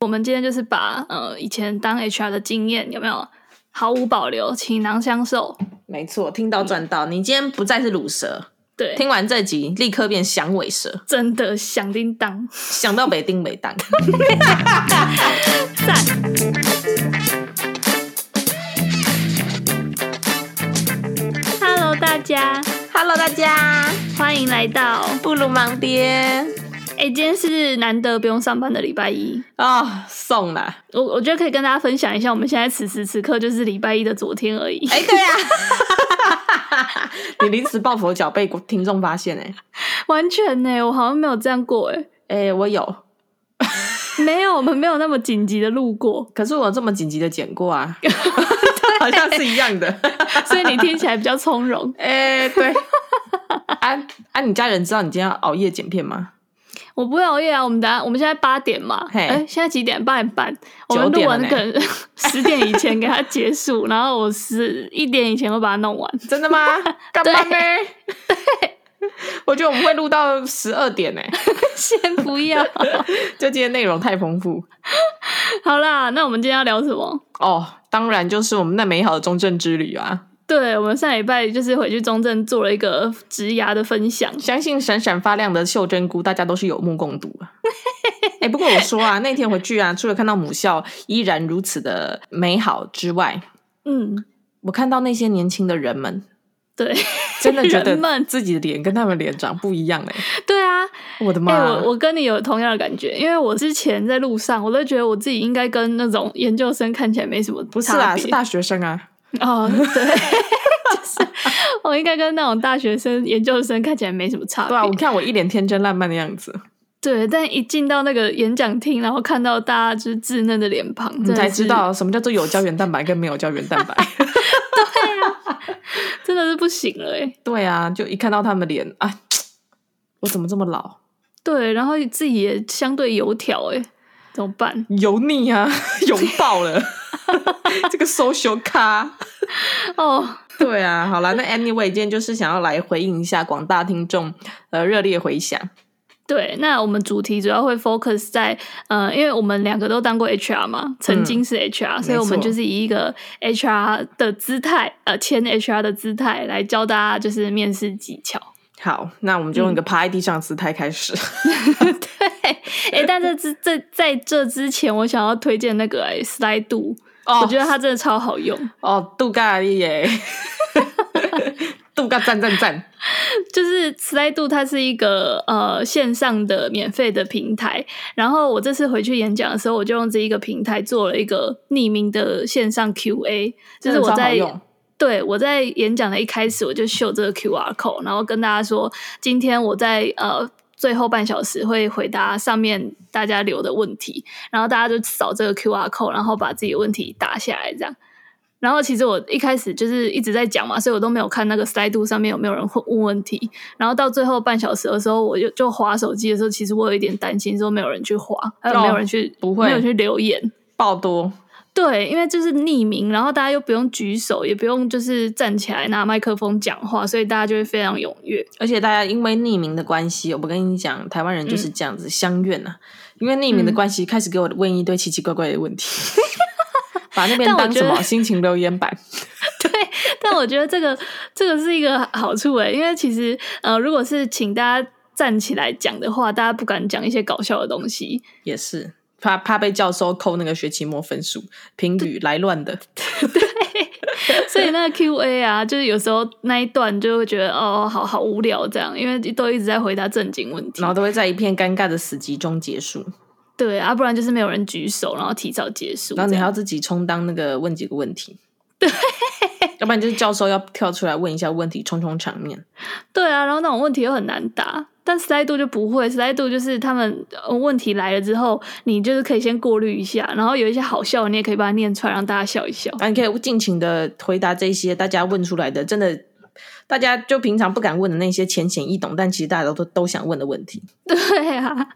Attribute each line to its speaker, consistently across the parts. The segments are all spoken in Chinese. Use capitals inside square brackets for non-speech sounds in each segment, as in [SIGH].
Speaker 1: 我们今天就是把呃以前当 HR 的经验有没有毫无保留，倾囊相授。
Speaker 2: 没错，听到赚到。你今天不再是卤蛇，
Speaker 1: 对，
Speaker 2: 听完这集立刻变响尾蛇，
Speaker 1: 真的响叮当，
Speaker 2: 想到北丁北当。
Speaker 1: 赞！Hello，大家
Speaker 2: [LAUGHS] Hello，大家，
Speaker 1: 欢迎来到
Speaker 2: 布鲁盲爹
Speaker 1: 哎、今天是难得不用上班的礼拜一，
Speaker 2: 哦，送啦！
Speaker 1: 我我觉得可以跟大家分享一下，我们现在此时此刻就是礼拜一的昨天而已。 [LAUGHS]
Speaker 2: 哎、对啊呀、 [LAUGHS] 你临时抱佛脚被听众发现哎、
Speaker 1: 完全呢、我好像没有这样过哎、
Speaker 2: 哎、我有，
Speaker 1: 没有，我们没有那么紧急的路过，
Speaker 2: 可是我有这么紧急的剪过啊， [LAUGHS] 好像是一样的。
Speaker 1: 所以你听起来比较从容。
Speaker 2: 哎、 [LAUGHS] 对。啊啊！你家人知道你今天要熬夜剪片吗？
Speaker 1: 我不会熬夜啊，我们等下我们现在八点嘛，
Speaker 2: 嘿
Speaker 1: 哎、现在几点？八点半，我们
Speaker 2: 9
Speaker 1: 录
Speaker 2: 点
Speaker 1: 完
Speaker 2: 了呢
Speaker 1: 可能十点以前给它结束， [LAUGHS] 然后我十一点以前会把它弄
Speaker 2: [LAUGHS]
Speaker 1: 完。
Speaker 2: 真
Speaker 1: [LAUGHS]
Speaker 2: 的吗？干嘛呢？我觉得我们会录到十二点呢、
Speaker 1: 先不要，
Speaker 2: [LAUGHS] 就今天内容太丰富
Speaker 1: [LAUGHS] 好啦，那我们今天要聊什么？
Speaker 2: 哦。当然就是我们那美好的中正之旅啊！
Speaker 1: 对我们上礼拜就是回去中正做了一个植牙的分享，
Speaker 2: 相信闪闪发亮的袖珍菇，大家都是有目共睹
Speaker 1: [LAUGHS]
Speaker 2: 啊。哎、不过我说啊，那天回去啊，除了看到母校依然如此的美好之外，
Speaker 1: 嗯，
Speaker 2: 我看到那些年轻的
Speaker 1: [LAUGHS]
Speaker 2: 人们，
Speaker 1: 对，
Speaker 2: 真的觉得
Speaker 1: 人们
Speaker 2: 自己的脸跟他们脸长不一样嘞、欸
Speaker 1: 对啊，
Speaker 2: 我的妈、
Speaker 1: 哎、我我跟你有同样的感觉，因为我之前在路上，我都觉得我自己应该跟那种研究生看起来没什么不
Speaker 2: 不是啦，是大学生啊。
Speaker 1: 哦，对， [LAUGHS] 就是我应该跟那种大学生、研究生看起来没什么差别。
Speaker 2: 对啊，我看我一脸天真烂漫的样子，
Speaker 1: 对但一进到那个演讲厅，然后看到大家就是稚嫩的脸庞，
Speaker 2: 你
Speaker 1: 真的
Speaker 2: 嗯才
Speaker 1: 是
Speaker 2: 知，道什么叫做有胶原蛋白跟没有胶原蛋 [LAUGHS] 白。
Speaker 1: 真的是不行了哎。
Speaker 2: 对啊，就一看到他们脸啊，我怎么这么老？
Speaker 1: 对，然后自己也相对油条哎，怎么办？
Speaker 2: 油腻啊，油爆 [LAUGHS] 了，这个 social 咖。
Speaker 1: 哦，
Speaker 2: 对啊，好啦，那 anyway，今天就是想要来回应一下广大听众呃热烈回响。
Speaker 1: 对，那我们主题主要会 focus 在，呃，因为我们两个都当过 HR 嘛，曾经是 HR，、所以我们
Speaker 2: 嗯没错
Speaker 1: 就是以一个 HR 的姿态，呃，前 HR 的姿态来教大家就是面试技巧。
Speaker 2: 好，那我们就用一个趴在地上的姿态开始。
Speaker 1: 对， [LAUGHS] 哎、但这之这在这之前，我想要推荐那个哎、Slide 度，我觉得它真的超好用，
Speaker 2: 哦，度假 [LAUGHS] 耶，度假赞赞赞！
Speaker 1: 就是 Slide 度它是一个呃线上的免费的平台，然后我这次回去演讲的时候，我就用这一个平台做了一个匿名的线上 Q&A，就是我
Speaker 2: 真的超好
Speaker 1: 在
Speaker 2: 用
Speaker 1: 对，我在演讲的一开始我就秀这个 QR code，然后跟大家说，今天我在呃最后半小时会回答上面大家留的问题，然后大家就扫这个 QR code，然后把自己的问题打下来这样。然后其实我一开始就是一直在讲嘛，所以我都没有看那个 slide 度上面有没有人会问问题。然后到最后半小时的时候，我就就划手机的时候，其实我有一点担心，说没有人去划，还有没有人去、
Speaker 2: 不会
Speaker 1: 没有人去留言。
Speaker 2: 爆多，
Speaker 1: 对，因为就是匿名，然后大家又不用举手，也不用就是站起来拿麦克风讲话，所以大家就会非常踊跃。 [LAUGHS]
Speaker 2: 而且大家因为匿名的关系，我不跟你讲，台湾人
Speaker 1: 嗯
Speaker 2: 就是这样子、相怨啊。因为匿名的关系，开始给我问一堆奇奇怪怪的问题， [LAUGHS] 把那边
Speaker 1: [LAUGHS] 但我
Speaker 2: 当
Speaker 1: 觉
Speaker 2: 什
Speaker 1: 得
Speaker 2: 么心情留言板？
Speaker 1: 但我觉得这个这个是一个好处诶，因为其实呃，如果是请大家站起来讲的话，大家不敢讲一些搞笑的东西。 [LAUGHS]
Speaker 2: 也是怕怕被教授扣那个学期末分数，评语来乱的。
Speaker 1: 所以那个 Q&A 啊，就是有时候那一段就会觉得哦，好好无聊这样，因为都一直在回答正经问题
Speaker 2: 然。后都会在一片尴尬的死寂中结束，
Speaker 1: 对啊，不然就是没有人举手，然后提早结束这
Speaker 2: 然
Speaker 1: 样。
Speaker 2: 后你还要自己充当那个问几个问题，对，要不然就是教授要跳出来问一下问题，充充场面。
Speaker 1: 对啊，然后那种问题又很难答，但 slide 度就不会，slide 度就是他们呃问题来了之后，你就是可以先过滤一下，然后有一些好笑的，你也可以把它念出来，让大家笑一笑。 [LAUGHS]
Speaker 2: 啊，你可以尽情的回答这些大家问出来的，真的，大家就平常不敢问的那些浅显易懂，但其实大家都都想问的问题。
Speaker 1: 对啊，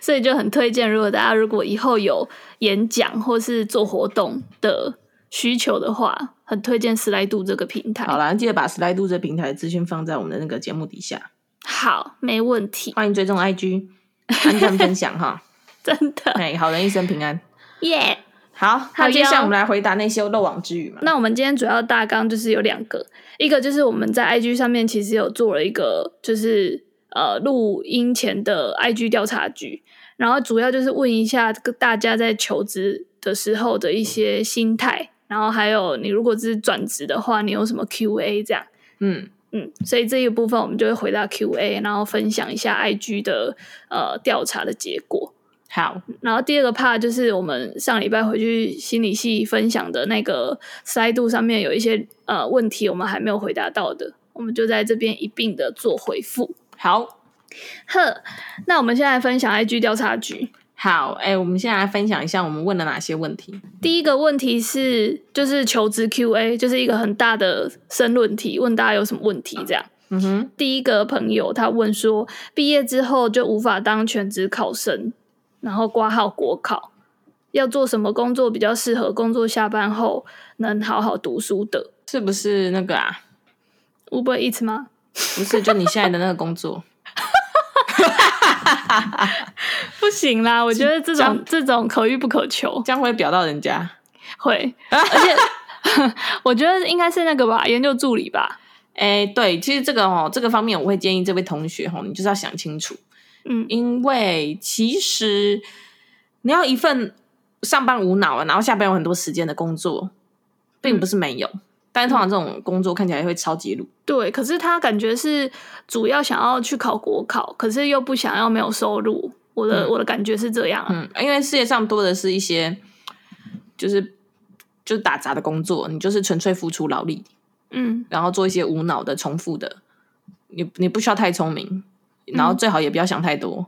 Speaker 1: 所以就很推荐，如果大家如果以后有演讲或是做活动的需求的话，很推荐 slide 度这个平台。
Speaker 2: 好啦，记得把 Slide 度这平台的资讯放在我们的那个节目底下，
Speaker 1: 好，没问题。
Speaker 2: 欢迎追踪 IG，按赞分享哈。
Speaker 1: 真的
Speaker 2: 哎，好人一生平安。
Speaker 1: 耶。
Speaker 2: 好，那
Speaker 1: 好
Speaker 2: 接下来
Speaker 1: 哟
Speaker 2: 我们来回答那些漏网之鱼嘛。
Speaker 1: 那我们今天主要大纲就是有两个，一个就是我们在 IG 上面其实有做了一个，就是呃录音前的 IG 调查局，然后主要就是问一下这个大家在求职的时候的一些心态，然后还有你如果是转职的话，你有什么 Q&A 这样。
Speaker 2: 嗯，
Speaker 1: 嗯，所以这一部分我们就会回到 Q&A，然后分享一下 IG 的呃调查的结果。
Speaker 2: 好，
Speaker 1: 然后第二个 part 就是我们上礼拜回去心理系分享的那个 slide 度上面有一些呃问题，我们还没有回答到的，我们就在这边一并的做回复。
Speaker 2: 好，
Speaker 1: 呵，那我们现在分享 IG 调查局。
Speaker 2: 好，哎、我们现在来分享一下我们问了哪些问题。
Speaker 1: 第一个问题是，就是求职 Q&A，就是一个很大的申论题，问大家有什么问题这样。
Speaker 2: 嗯哼，
Speaker 1: 第一个朋友他问说，毕业之后就无法当全职考生，然后挂号国考，要做什么工作比较适合工作下班后能好好读书的
Speaker 2: 是不是那个啊？
Speaker 1: ？Uber Eats 吗？
Speaker 2: 不是，就你现在的那个工 [LAUGHS] 作。
Speaker 1: 不行啦，我觉得这
Speaker 2: 这
Speaker 1: 种
Speaker 2: 样
Speaker 1: 这种可遇不可求，
Speaker 2: 这样会表到人家。
Speaker 1: 会，而且 [LAUGHS] 我觉得应该是那个吧，研究助理吧。
Speaker 2: 哎、对，其实这个哦，这个方面我会建议这位同学哦，你就是要想清楚，
Speaker 1: 嗯，
Speaker 2: 因为其实你要一份上班无脑，啊然后下班有很多时间的工作，并不是没有，但是通常这种工作看起来会超级鲁。
Speaker 1: 对。可是他感觉是主要想要去考国考，可是又不想要没有收入。我的、
Speaker 2: 嗯
Speaker 1: 我的感觉是这样啊、
Speaker 2: 嗯，因为世界上多的是一些就是就是打杂的工作，你就是纯粹付出劳力，
Speaker 1: 嗯
Speaker 2: 然后做一些无脑的重复的，你你不需要太聪明，然后
Speaker 1: 嗯
Speaker 2: 最好也不要想太多。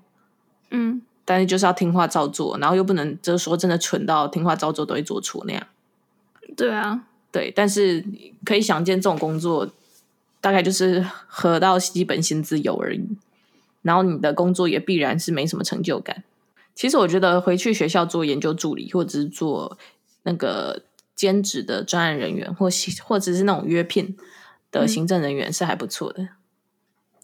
Speaker 1: 嗯
Speaker 2: 但是就是要听话照做，然后又不能就是说真的蠢到听话照做都会做错那样。
Speaker 1: 对啊，
Speaker 2: 对，但是可以想见，这种工作大概就是合到基本薪资有而已，然后你的工作也必然是没什么成就感。其实我觉得回去学校做研究助理，或者是做那个兼职的专案人员，或是或者是那种约聘的
Speaker 1: 嗯
Speaker 2: 行政人员是还不错的。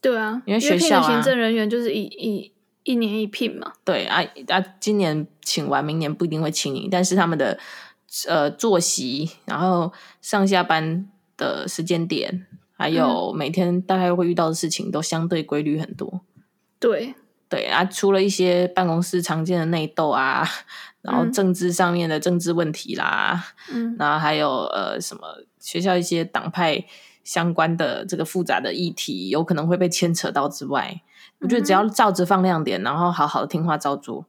Speaker 1: 对啊，
Speaker 2: 因为学
Speaker 1: 聘
Speaker 2: 校
Speaker 1: 的
Speaker 2: 啊
Speaker 1: 行政人员就是一一一年一聘嘛。
Speaker 2: 对啊啊，今年请完，明年不一定会请你，但是他们的呃作息，然后上下班的时间点，还有每天大概会遇到的事情，都相对规律很多。
Speaker 1: 对，
Speaker 2: 对啊，除了一些办公室常见的内斗啊，然后
Speaker 1: 嗯
Speaker 2: 政治上面的政治问题啦，
Speaker 1: 嗯
Speaker 2: 然后还有呃什么学校一些党派相关的这个复杂的议题，有可能会被牵扯到之外，我觉得
Speaker 1: 嗯
Speaker 2: 只要照着放亮点，然后好好的听话照做，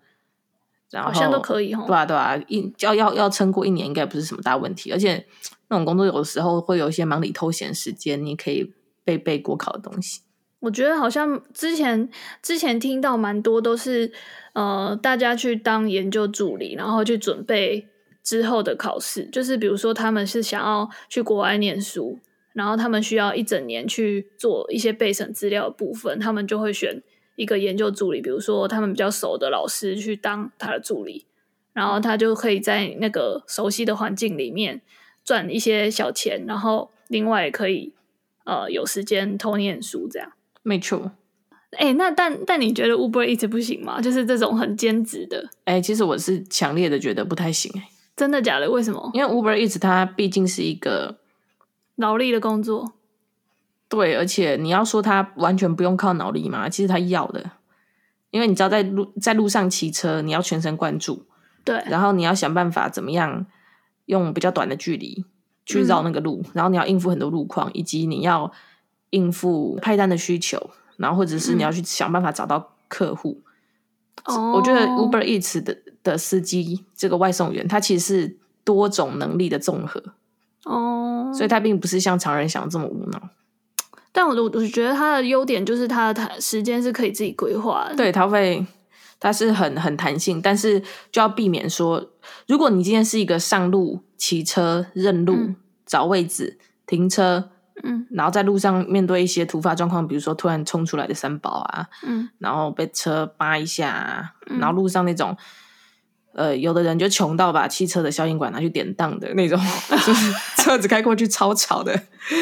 Speaker 2: 然后
Speaker 1: 好像都可以哦
Speaker 2: 对啊对啊，一要要要撑过一年应该不是什么大问题，而且那种工作有的时候会有一些忙里偷闲时间，你可以背背国考的东西。
Speaker 1: 我觉得好像之前之前听到蛮多都是呃，大家去当研究助理，然后去准备之后的考试，就是比如说他们是想要去国外念书。然后他们需要一整年去做一些备审资料的部分，他们就会选一个研究助理，比如说他们比较熟的老师去当他的助理，然后他就可以在那个熟悉的环境里面赚一些小钱，然后另外也可以呃有时间偷念书这样。
Speaker 2: 没错，
Speaker 1: 哎、那但但你觉得 Uber 一直不行吗？就是这种很兼职的，
Speaker 2: 哎，其实我是强烈的觉得不太行哎，
Speaker 1: 真的假的？为什么？
Speaker 2: 因为 Uber 一直它毕竟是一个
Speaker 1: 劳力的工作，
Speaker 2: 对，而且你要说他完全不用靠脑力嘛，其实他要的，因为你知道在路在路上骑车，你要全神贯注，
Speaker 1: 对
Speaker 2: 然后你要想办法怎么样用比较短的距
Speaker 1: 嗯
Speaker 2: 离去绕那个路，然后你要应付很多路况，以及你要应付派单的需求，然后或者是
Speaker 1: 嗯
Speaker 2: 你要去想办法找到客户。
Speaker 1: 哦，
Speaker 2: 我觉得 Uber Eats 的的司机这个外送员，他其实是多种能力的综合，
Speaker 1: 哦，
Speaker 2: 所以他并不是像常人想的这么无脑。
Speaker 1: 但我我我觉得它的优点就是它的它时间是可以自己规 [LAUGHS] 划的，
Speaker 2: 对，它会，它是很很弹性，但是就要避免说，如果你今天是一个上路骑车认路、
Speaker 1: 嗯
Speaker 2: 找位置、停车，
Speaker 1: 嗯
Speaker 2: 然后在路上面对一些突发状况，比如说突然冲出来的三宝啊，
Speaker 1: 嗯
Speaker 2: 然后被车扒一下、啊，
Speaker 1: 嗯
Speaker 2: 然后路上那种。呃，有的人就穷到把汽车的消音管拿去典当的那种， [LAUGHS] 就是车子开过去超吵的，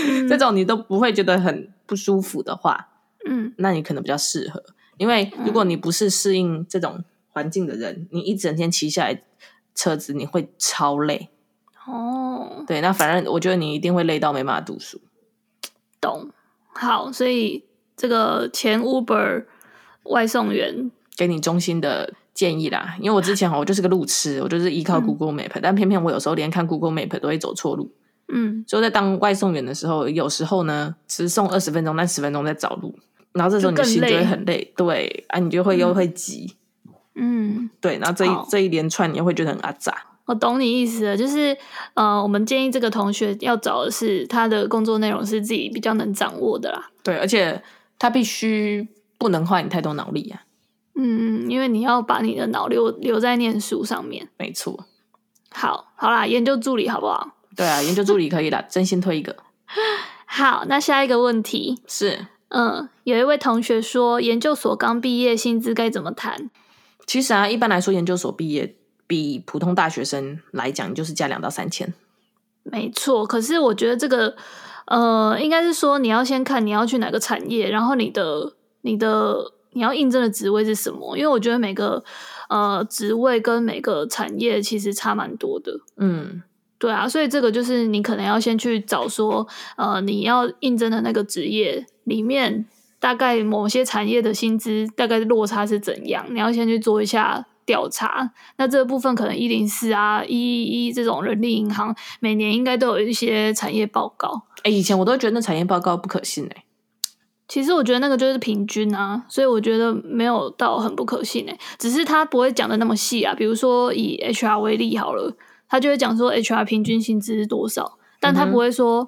Speaker 1: 嗯
Speaker 2: [LAUGHS] 这种你都不会觉得很不舒服的话，
Speaker 1: 嗯
Speaker 2: 那你可能比较适合，因为如果你不是适应这种环境的人，你一整天骑下来车子，你会超累。
Speaker 1: 哦，
Speaker 2: 对，那反正我觉得你一定会累到没办法读书。
Speaker 1: 懂。好，所以这个前 Uber 外送员，
Speaker 2: 给你衷心的建议啦，因为我之前哈，我就是个路痴，我就是依靠
Speaker 1: 嗯
Speaker 2: Google Map，、但偏偏我有时候连看 Google Map 都会走错路。
Speaker 1: 嗯，
Speaker 2: 所以我在当外送员的时候，有时候呢，只送二十分钟，但十分钟在找路，然后这时候你
Speaker 1: 就
Speaker 2: 的
Speaker 1: 更
Speaker 2: 心就会
Speaker 1: 累
Speaker 2: 很累，对啊，你就会又
Speaker 1: 嗯
Speaker 2: 会急，
Speaker 1: 嗯，
Speaker 2: 对，然后这一
Speaker 1: 好
Speaker 2: 这一连串你又会觉得很阿杂，
Speaker 1: 我懂你意思了，就是呃，我们建议这个同学要找的是他的工作内容是自己比较能掌握的啦。
Speaker 2: 对，而且他必须不能花你太多脑力啊，
Speaker 1: 嗯，嗯，因为你要把你的脑留留在念书上面。
Speaker 2: 没错，
Speaker 1: 好，好啦，研究助理好不好？
Speaker 2: 对啊，研究助理可以啦，真心推一个，
Speaker 1: 好，那下一个问题，
Speaker 2: 是，
Speaker 1: 嗯，有一位同学说，研究所刚毕业，薪资该怎么谈？
Speaker 2: 其实啊，一般来说，研究所毕业比普通大学生来讲，就是加两到三千。
Speaker 1: 没错，可是我觉得这个，呃，应该是说你要先看你要去哪个产业，然后你的你的你要应征的职位是什么，因为我觉得每个呃职位跟每个产业其实差蛮多的。
Speaker 2: 嗯，
Speaker 1: 对啊，所以这个就是你可能要先去找说，呃，你要应征的那个职业里面，大概某些产业的薪资大概落差是怎样，你要先去做一下调查。那这部分可能一零四啊、一一一这种人力银行每年应该都有一些产业报告。
Speaker 2: 哎，以前我都觉得那产业报告不可信哎、
Speaker 1: 其实我觉得那个就是平均啊，所以我觉得没有到很不可信诶、欸只是他不会讲的那么细啊。比如说以 HR 为例好了，他就会讲说 HR 平均薪资是多少，但他
Speaker 2: 嗯哼
Speaker 1: 不会说，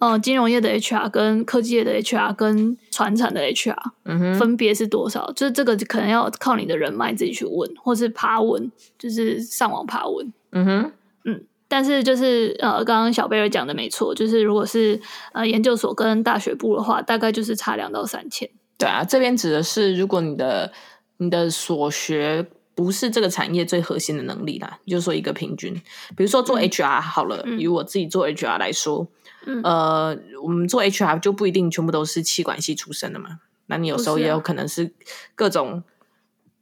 Speaker 1: 呃，金融业的 HR 跟科技业的 HR 跟传产的 HR
Speaker 2: 嗯哼，
Speaker 1: 分别是多少，就是这个可能要靠你的人脉自己去问，或是爬文，就是上网爬文。
Speaker 2: 嗯哼，
Speaker 1: 但是就是呃，刚刚小贝尔讲的没错，就是如果是呃研究所跟大学部的话，大概就是差两到三千。
Speaker 2: 对啊，这边指的是如果你的你的所学不是这个产业最核心的能力啦，就是说一个平均，比如说做 HR 好了，
Speaker 1: 嗯
Speaker 2: 以我自己做 HR 来说，
Speaker 1: [LAUGHS] 嗯
Speaker 2: 呃，我们做 HR 就不一定全部都是气管系出身的嘛，那你有时候
Speaker 1: 不是啊
Speaker 2: 也有可能是各种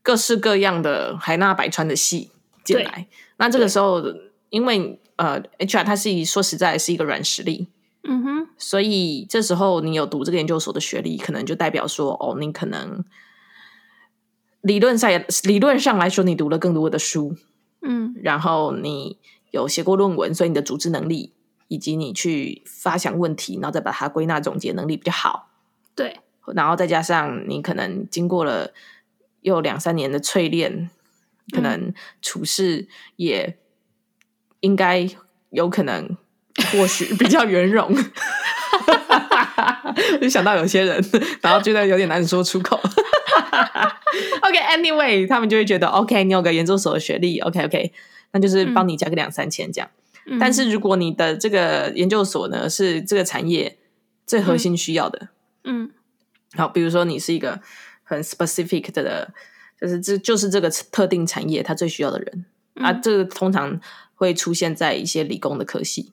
Speaker 2: 各式各样的海纳百川的系进
Speaker 1: 对
Speaker 2: 来，那这个
Speaker 1: 对
Speaker 2: 时候因为呃 HR 它是一说实在是一个软实力，
Speaker 1: 嗯哼，
Speaker 2: 所以这时候你有读这个研究所的学历，可能就代表说，哦，你可能理论上也理论上来说，你读了更多的书，
Speaker 1: 嗯
Speaker 2: 然后你有写过论文，所以你的组织能力以及你去发想问题，然后再把它归纳总结能力比较好，，
Speaker 1: 对，
Speaker 2: 然后再加上你可能经过了又两三年的淬炼，可能处事也应该有可能，或许比较圆融。 [LAUGHS] 就想到有些人，然后觉得有点难说出口。OK，Anyway，、他们就会觉得 OK，你有个研究所的学历，OK，OK，、那就是帮你加个两三千这样。
Speaker 1: 嗯
Speaker 2: 但是如果你的这个研究所呢是这个产业最核心需要的，
Speaker 1: 嗯
Speaker 2: 好，比如说你是一个很 specific 的，就是这就是这个特定产业它最需要的人、啊，
Speaker 1: 嗯
Speaker 2: 这个通常会出现在一些理工的科系，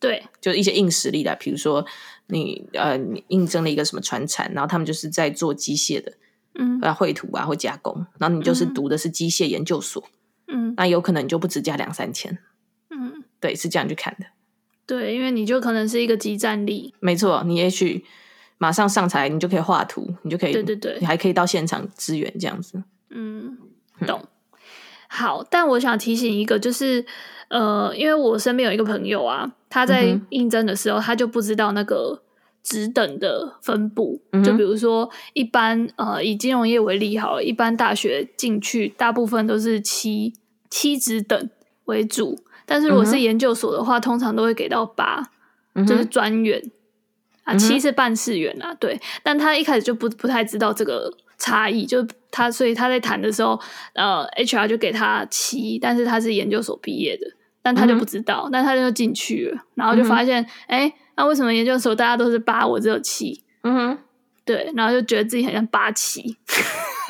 Speaker 1: 对，
Speaker 2: 就是一些硬实力的，比如说你呃你应征了一个什么传产，然后他们就是在做机械的
Speaker 1: 嗯
Speaker 2: 啊绘图啊或加工，然后你就是
Speaker 1: 嗯
Speaker 2: 读的是机械研究所，
Speaker 1: 嗯
Speaker 2: 那有可能你就不止加两三千，
Speaker 1: 嗯，
Speaker 2: 对，是这样去看的，
Speaker 1: 对，因为你就可能是一个集战力，
Speaker 2: 没错，你也许马上上台，你就可以画图，你就可以
Speaker 1: 对对对
Speaker 2: 你还可以到现场支援这样子，
Speaker 1: 嗯，懂。好，但我想提醒一个，就是呃，因为我身边有一个朋友啊，他在
Speaker 2: 嗯哼
Speaker 1: 应征的时候，他就不知道那个职等的分布。
Speaker 2: 嗯哼
Speaker 1: 就比如说，一般呃，以金融业为例好了，一般大学进去大部分都是七七职等为主，但是如果
Speaker 2: 嗯
Speaker 1: 是
Speaker 2: 哼
Speaker 1: 研究所的话，通常都会给到八。
Speaker 2: 嗯
Speaker 1: 就是
Speaker 2: 哼，
Speaker 1: 专员、
Speaker 2: 嗯
Speaker 1: 啊，
Speaker 2: 哼
Speaker 1: 七是办事员啊，对，但他一开始就不不太知道这个差异，就他所以他在谈的时候，呃，HR 就给他七，但是他是研究所毕业的，但他就
Speaker 2: 嗯哼
Speaker 1: 不知道，但他就进去了，然后就
Speaker 2: 嗯哼
Speaker 1: 发现，哎、那为什么研究所大家都是八，我只有七？
Speaker 2: 嗯哼。
Speaker 1: 对，然后就觉得自己很像八七，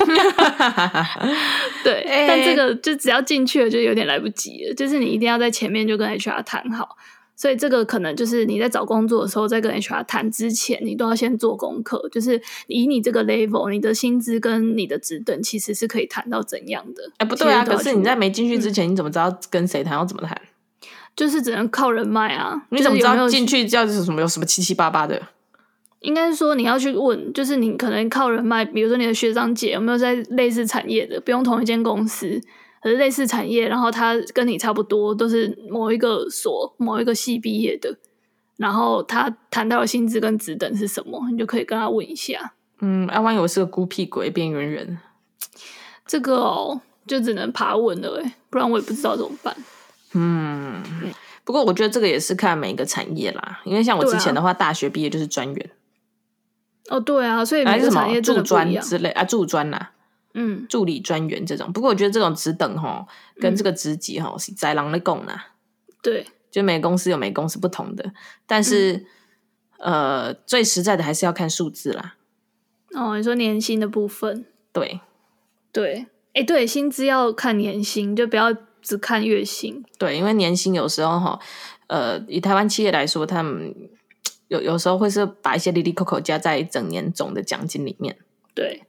Speaker 1: [LAUGHS] 对，
Speaker 2: 哎
Speaker 1: 但这个就只要进去了就有点来不及了，就是你一定要在前面就跟 HR 谈好，所以这个可能就是你在找工作的时候，在跟 HR 谈之前，你都要先做功课，就是以你这个 level，你的薪资跟你的职等其实是可以谈到怎样的。
Speaker 2: 哎，不对啊！
Speaker 1: 其实都要
Speaker 2: 可是你
Speaker 1: 去
Speaker 2: 在没进去
Speaker 1: 嗯
Speaker 2: 之前，你怎么知道跟谁谈，要怎么谈？
Speaker 1: 就是只能靠人脉啊，
Speaker 2: 你怎么知
Speaker 1: 就是有没
Speaker 2: 道
Speaker 1: 有
Speaker 2: 进去叫是什么有什么七七八八的？
Speaker 1: 应该是说你要去问，就是你可能靠人脉，比如说你的学长姐有没有在类似产业的，不用同一间公司，可是类似产业，然后他跟你差不多，都是某一个所、某一个系毕业的，然后他谈到的薪资跟职等是什么，你就可以跟他问一下。
Speaker 2: 嗯，啊，万一我是个孤僻鬼、边缘人，
Speaker 1: 这个哦，就只能爬问了诶，不然我也不知道怎么办。
Speaker 2: 嗯，不过我觉得这个也是看每一个产业啦，因为像我
Speaker 1: 对啊
Speaker 2: 之前的话，大学毕业就是专员，
Speaker 1: 哦，对啊，所以
Speaker 2: 还
Speaker 1: 每
Speaker 2: 是
Speaker 1: 个
Speaker 2: 什
Speaker 1: 产
Speaker 2: 么
Speaker 1: 业真
Speaker 2: 助
Speaker 1: 的不
Speaker 2: 专
Speaker 1: 一样。
Speaker 2: 之类啊，助专啦、
Speaker 1: 嗯，
Speaker 2: 助理专员这种。不过我觉得这种职等吼，跟这个职级吼是在狼的供啦，
Speaker 1: 对，
Speaker 2: 就每个公司有每个公司不同的，但
Speaker 1: 嗯
Speaker 2: 是、呃，最实在的还是要看数字啦。
Speaker 1: 哦，你说年薪的部分。
Speaker 2: 对，
Speaker 1: 对，哎，对，薪资要看年薪，就不要只看月薪。
Speaker 2: 对，因为年薪有时候哈，呃，以台湾企业来说，他们有有时候会是把一些利利扣扣加在整年总的奖金里面。
Speaker 1: 对，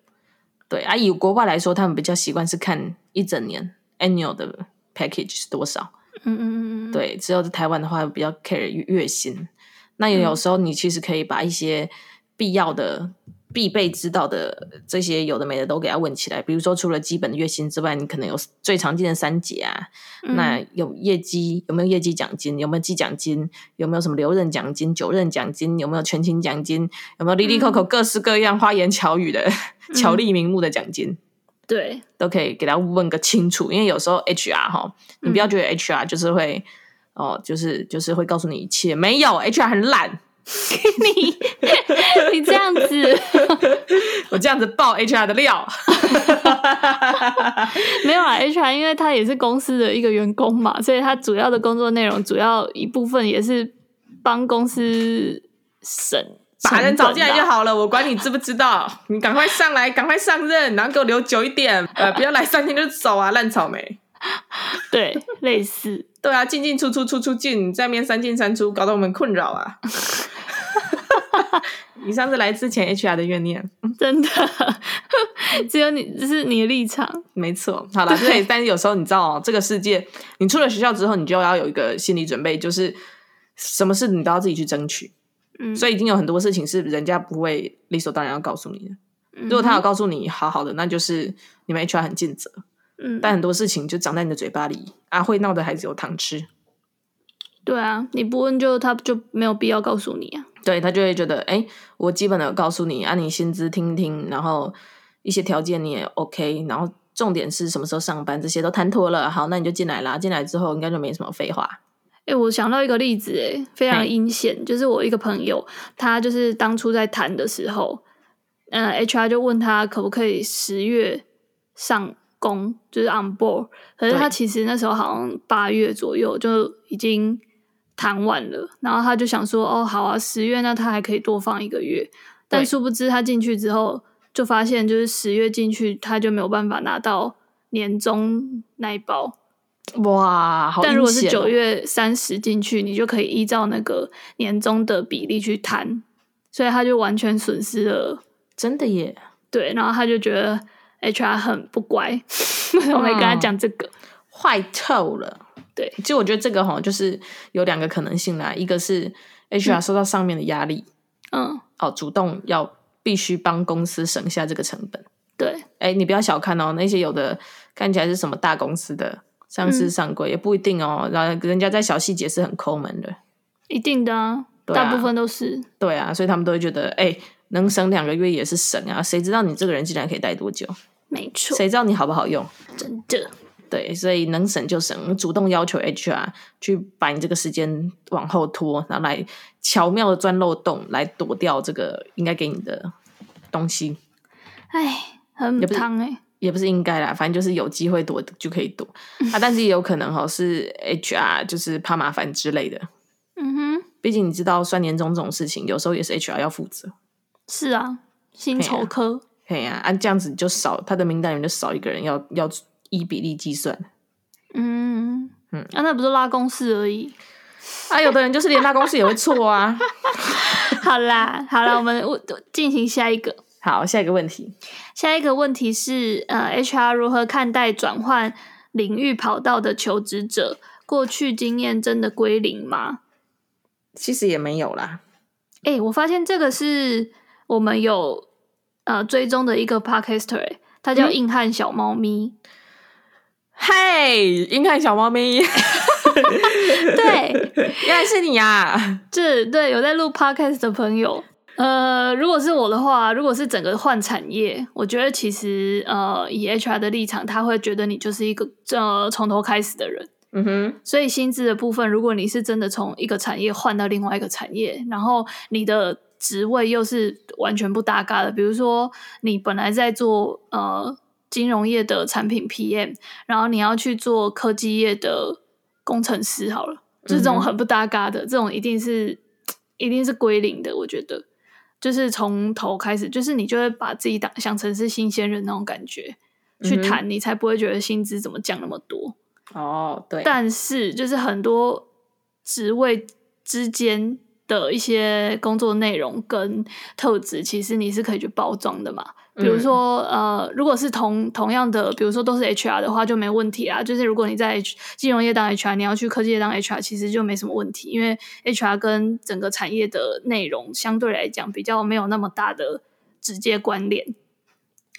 Speaker 2: 对啊，以国外来说，他们比较习惯是看一整年 annual 的 package 是多少。
Speaker 1: 嗯嗯嗯嗯，嗯，
Speaker 2: 对，只有在台湾的话，比较 care 月月薪。那也有时候你其实可以把一些必要的、必备知道的这些有的没的都给它问起来。比如说，除了基本的月薪之外，你可能有最常见的三节啊，
Speaker 1: 嗯
Speaker 2: 那有业绩有没有业绩奖金？有没有季奖金？有没有什么留任奖金、久任奖金？有没有全勤奖金？有没有里里扣扣各式各样花言巧语的、巧立名目的奖金？ [LAUGHS]
Speaker 1: 对，
Speaker 2: 都可以给他问个清楚，因为有时候 HR 哈，你不要觉得 HR 就是会、哦，就是就是会告诉你一切，没有 HR 很懒，
Speaker 1: 你这样子
Speaker 2: 我这样子爆 HR 的料，
Speaker 1: 没有啦。HR 因为他也是公司的一个员工嘛，所以他主要的工作内容主要一部分也是帮公司省。
Speaker 2: 把人找进来就
Speaker 1: 好。
Speaker 2: 好了，我管你知不知道，你赶快上来，赶快上任，然后给我留久一点，呃，不要来三天就走啊，烂草莓。
Speaker 1: 对，类似。
Speaker 2: 对啊，进进出出出出进，在面三进三出，搞得我们困扰 [LAUGHS] 啊。以上是来自前 HR 的怨念，
Speaker 1: 真的， [LAUGHS] 只有你，这是你的立场。
Speaker 2: 没错。好了，对，但是有时候你知道、哦，这个世界，你出了学校之后，你就要有一个心理准备，就是什么事你都要自己去争取。
Speaker 1: 嗯，
Speaker 2: 所以已经有很多事情是人家不会理所当然要告诉你的。
Speaker 1: 以
Speaker 2: 如果他有，告诉你好好的，那就是你们 HR 很尽责。
Speaker 1: 嗯，
Speaker 2: 但很多事情就长在你的嘴巴里啊，会闹的孩子有糖吃。
Speaker 1: 对啊，你不问就他就没有必要告诉你啊。
Speaker 2: 对他就会觉得，哎，我基本的告诉你啊，你薪资听一听，然后一些条件你也 OK，然后重点是什么时候上班，这些都谈妥了，好，那你就进来啦。进来之后应该就没什么废话。
Speaker 1: 哎、我想到一个例子、哎，非常
Speaker 2: 嘿
Speaker 1: 阴险，就是我一个朋友，他就是当初在谈的时候，嗯、h r 就问他可不可以十月上工，就是 on board，可是他
Speaker 2: 对
Speaker 1: 其实那时候好像八月左右就已经谈完了，然后他就想说，哦，好啊，十月那他还可以多放一个月，但
Speaker 2: 对
Speaker 1: 殊不知他进去之后就发现，就是十月进去他就没有办法拿到年终那一包，
Speaker 2: 哇，好阴险哦、
Speaker 1: 但如果是九月三十进去，你就可以依照那个年终的比例去摊，所以他就完全损失了。
Speaker 2: 真的耶，
Speaker 1: 对，然后他就觉得 HR 很不乖，为什么没跟
Speaker 2: 嗯
Speaker 1: 他讲这个？
Speaker 2: 坏透了。
Speaker 1: 对，
Speaker 2: 其实我觉得这个哈、就是有两个可能性啦，一个是 HR 受到上面的压力，
Speaker 1: 嗯，
Speaker 2: 哦，主动要必须帮公司省下这个成本。
Speaker 1: 对，
Speaker 2: 哎，你不要小看哦，那些有的看起来是什么大公司的上市
Speaker 1: 嗯
Speaker 2: 上柜、也不一定哦，然后人家在小细节是很抠门的，
Speaker 1: 一定的啊，
Speaker 2: 对啊
Speaker 1: 大部分都是。
Speaker 2: 对啊，所以他们都会觉得，哎，能省两个月也是省啊，谁知道你这个人进来可以待多久，
Speaker 1: 没错，
Speaker 2: 谁知道你好不好用？
Speaker 1: 真的，
Speaker 2: 对，所以能省就省，主动要求 HR 去把你这个时间往后拖，然后来巧妙的钻漏洞来躲掉这个应该给你的东西，
Speaker 1: 哎，很
Speaker 2: 也不是
Speaker 1: 烫哎、
Speaker 2: 也不是应该啦，反正就是有机会躲就可以躲啊，但是也有可能哈、是 HR 就是怕麻烦之类的，
Speaker 1: 嗯哼，
Speaker 2: 毕竟你知道算年终这种事情，有时候也是 HR 要负责。
Speaker 1: 是啊，薪酬科，
Speaker 2: 嘿呀、啊，这样子就少他的名单里面就少一个人要要依比例计算，
Speaker 1: 嗯，
Speaker 2: 嗯
Speaker 1: 啊，那不是拉公式而已， [LAUGHS]
Speaker 2: 啊，有的人就是连大公式也会错啊。
Speaker 1: 好啦，好啦，我们我进行下一个。
Speaker 2: 好，下一个问题，
Speaker 1: 下一个问题是，呃，HR 如何看待转换领域跑道的求职者？过去经验真的归零吗？
Speaker 2: 其实也没有啦。
Speaker 1: 哎、我发现这个是我们有呃追踪的一个 podcaster，、欸、他叫
Speaker 2: 嗯
Speaker 1: 硬汉小猫咪。
Speaker 2: 嘿，英汉小猫咪， [LAUGHS]
Speaker 1: 对，
Speaker 2: 原来是你啊！
Speaker 1: 这对有在录 podcast 的朋友，呃，如果是我的话，如果是整个换产业，我觉得其实呃，以 HR 的立场，他会觉得你就是一个呃从头开始的人。
Speaker 2: 嗯哼，
Speaker 1: 所以薪资的部分，如果你是真的从一个产业换到另外一个产业，然后你的职位又是完全不搭嘎的，比如说你本来在做呃金融业的产品 PM，然后你要去做科技业的工程师，好了，就是这
Speaker 2: 嗯
Speaker 1: 种
Speaker 2: 哼
Speaker 1: 很不搭嘎的，这种一定是一定是归零的，我觉得。就是从头开始，就是你就会把自己当想成是新鲜人那种感觉、去
Speaker 2: 嗯哼
Speaker 1: 谈，你才不会觉得薪资怎么降那么多。
Speaker 2: 哦，对，
Speaker 1: 但是就是很多职位之间的一些工作内容跟特质，其实你是可以去包装的嘛。比
Speaker 2: 嗯
Speaker 1: 如说，呃，如果是同同样的，比如说都是 HR 的话，就没问题啦。就是如果你在 H, 金融业当 HR，你要去科技业当 HR，其实就没什么问题，因为 HR 跟整个产业的内容相对来讲比较没有那么大的直接关联。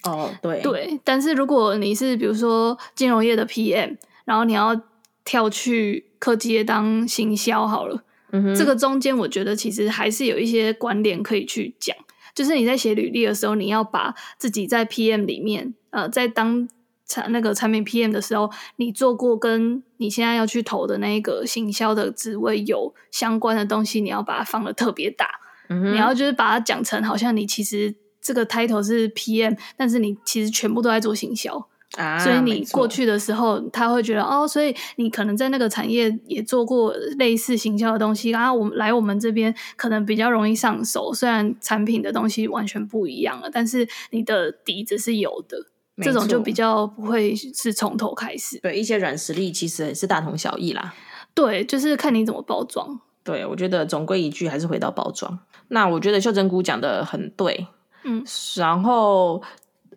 Speaker 2: 哦，对，，
Speaker 1: 对，但是如果你是比如说金融业的 PM，然后你要跳去科技业当行销好了，
Speaker 2: 嗯哼，
Speaker 1: 这个中间我觉得其实还是有一些关联可以去讲。就是你在写履历的时候，你要把自己在 PM 里面，呃，在当产那个产品 PM 的时候，你做过跟你现在要去投的那个行销的职位有相关的东西，你要把它放的特别大。
Speaker 2: 嗯哼
Speaker 1: 你要就是把它讲成好像你其实这个 title 是 PM，但是你其实全部都在做行销，
Speaker 2: 啊，
Speaker 1: 所以
Speaker 2: 没
Speaker 1: 你
Speaker 2: 错
Speaker 1: 过，去的时候，他会觉得哦，所以你可能在那个产业也做过类似行销的东西，然后我们来我们这边可能比较容易上手，虽然产品的东西完全不一样了，但是你的底子是有的，
Speaker 2: 没
Speaker 1: 这种就
Speaker 2: 错
Speaker 1: 比较不会是从头开始，
Speaker 2: 对一些软实力其实也是大同小异啦。
Speaker 1: 对，就是看你怎么包装。
Speaker 2: 对，我觉得总归一句还是回到包装。那我觉得秀珍菇讲的很对，
Speaker 1: 嗯，
Speaker 2: 然后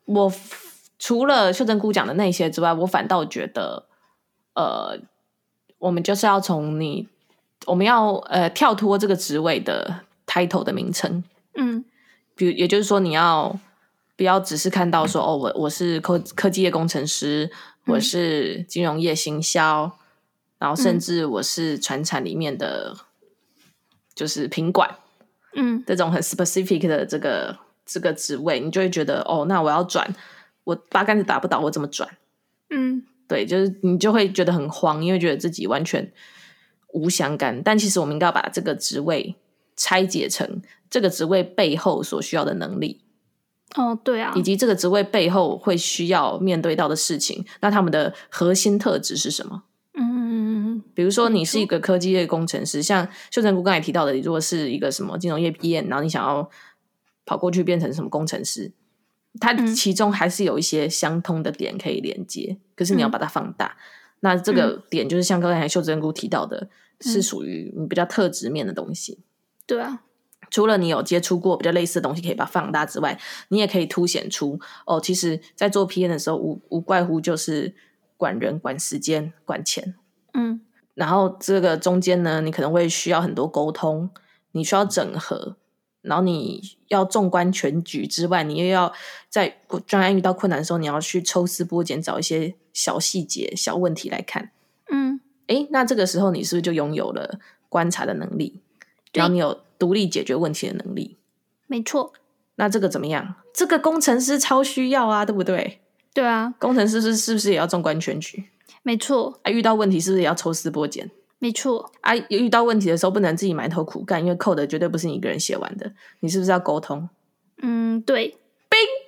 Speaker 2: 我 f- 除了秀珍菇讲的那些之外，我反倒觉得，呃，我们就是要从你，我们要呃跳脱这个职位的 title 的名称，
Speaker 1: 嗯
Speaker 2: 比如也就是说你要不要只是看到说哦，我我是科科技业工程师，我
Speaker 1: 嗯
Speaker 2: 是金融业行销，然后甚
Speaker 1: 嗯
Speaker 2: 至我是船产里面的，就是品管
Speaker 1: 嗯
Speaker 2: 这种很 specific 的这个这个职位，你就会觉得哦，那我要转，我八竿子打不倒，我怎么转？
Speaker 1: 嗯，
Speaker 2: 对，就是你就会觉得很慌，因为觉得自己完全无相干。但其实我们应该要把这个职位拆解成这个职位背后所需要的能力。
Speaker 1: 哦，对啊
Speaker 2: 以，及这个职位背后会需要面对到的事情，那他们的核心特质是什么？
Speaker 1: 嗯嗯嗯
Speaker 2: 比如说，你是一个科技业工程师，像秀珍姑刚才提到的，你如果是一个什么金融业毕业，然后你想要跑过去变成什么工程师，它
Speaker 1: 嗯
Speaker 2: 其中还是有一些相通的点可以连接，可是你要
Speaker 1: 嗯
Speaker 2: 把它放大。那这个点就是像刚才秀珍姑提到的，是
Speaker 1: 嗯
Speaker 2: 属于你比较特质面的东西。
Speaker 1: 对啊，
Speaker 2: 除了你有接触过比较类似的东西可以把它放大之外，你也可以凸显出哦，其实，在做 PM 的时候，无无怪乎就是管人、管时间、管钱。
Speaker 1: 嗯
Speaker 2: 然后这个中间呢，你可能会需要很多沟通，你需要整合，然后你要纵观全局之外，你又要在专案遇到困难的时候，你要去抽丝剥茧，找一些小细节、小问题来看。
Speaker 1: 嗯，
Speaker 2: 诶，那这个时候你是不是就拥有了观察的能力？然后你有独立解决问题的能力？
Speaker 1: 没错，
Speaker 2: 那这个怎么样？这个工程师超需要啊，对不对？
Speaker 1: 对啊，
Speaker 2: 工程师是是不是也要纵观全局？
Speaker 1: 没错，
Speaker 2: 啊，遇到问题是不是也要抽丝剥茧？
Speaker 1: 没错，
Speaker 2: 啊，遇到问题的时候不能自己埋头苦干，因为 code 绝对不是你一个人写完的，你是不是要沟通
Speaker 1: 嗯，对，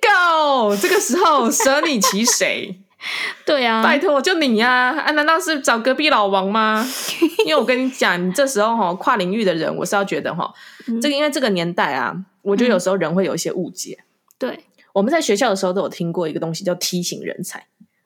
Speaker 2: ？Go！这个时候舍你其谁？
Speaker 1: 对啊，
Speaker 2: 拜托，就你呀、啊！难道是找隔壁老王吗？因为我跟你讲，你这时候哈、跨领域的人，我是要觉得哈、
Speaker 1: 嗯
Speaker 2: 这个因为这个年代啊，我觉得有时候人会有一些误解。
Speaker 1: 对
Speaker 2: 我们在学校的时候都有听过一个东西叫 T 型人才。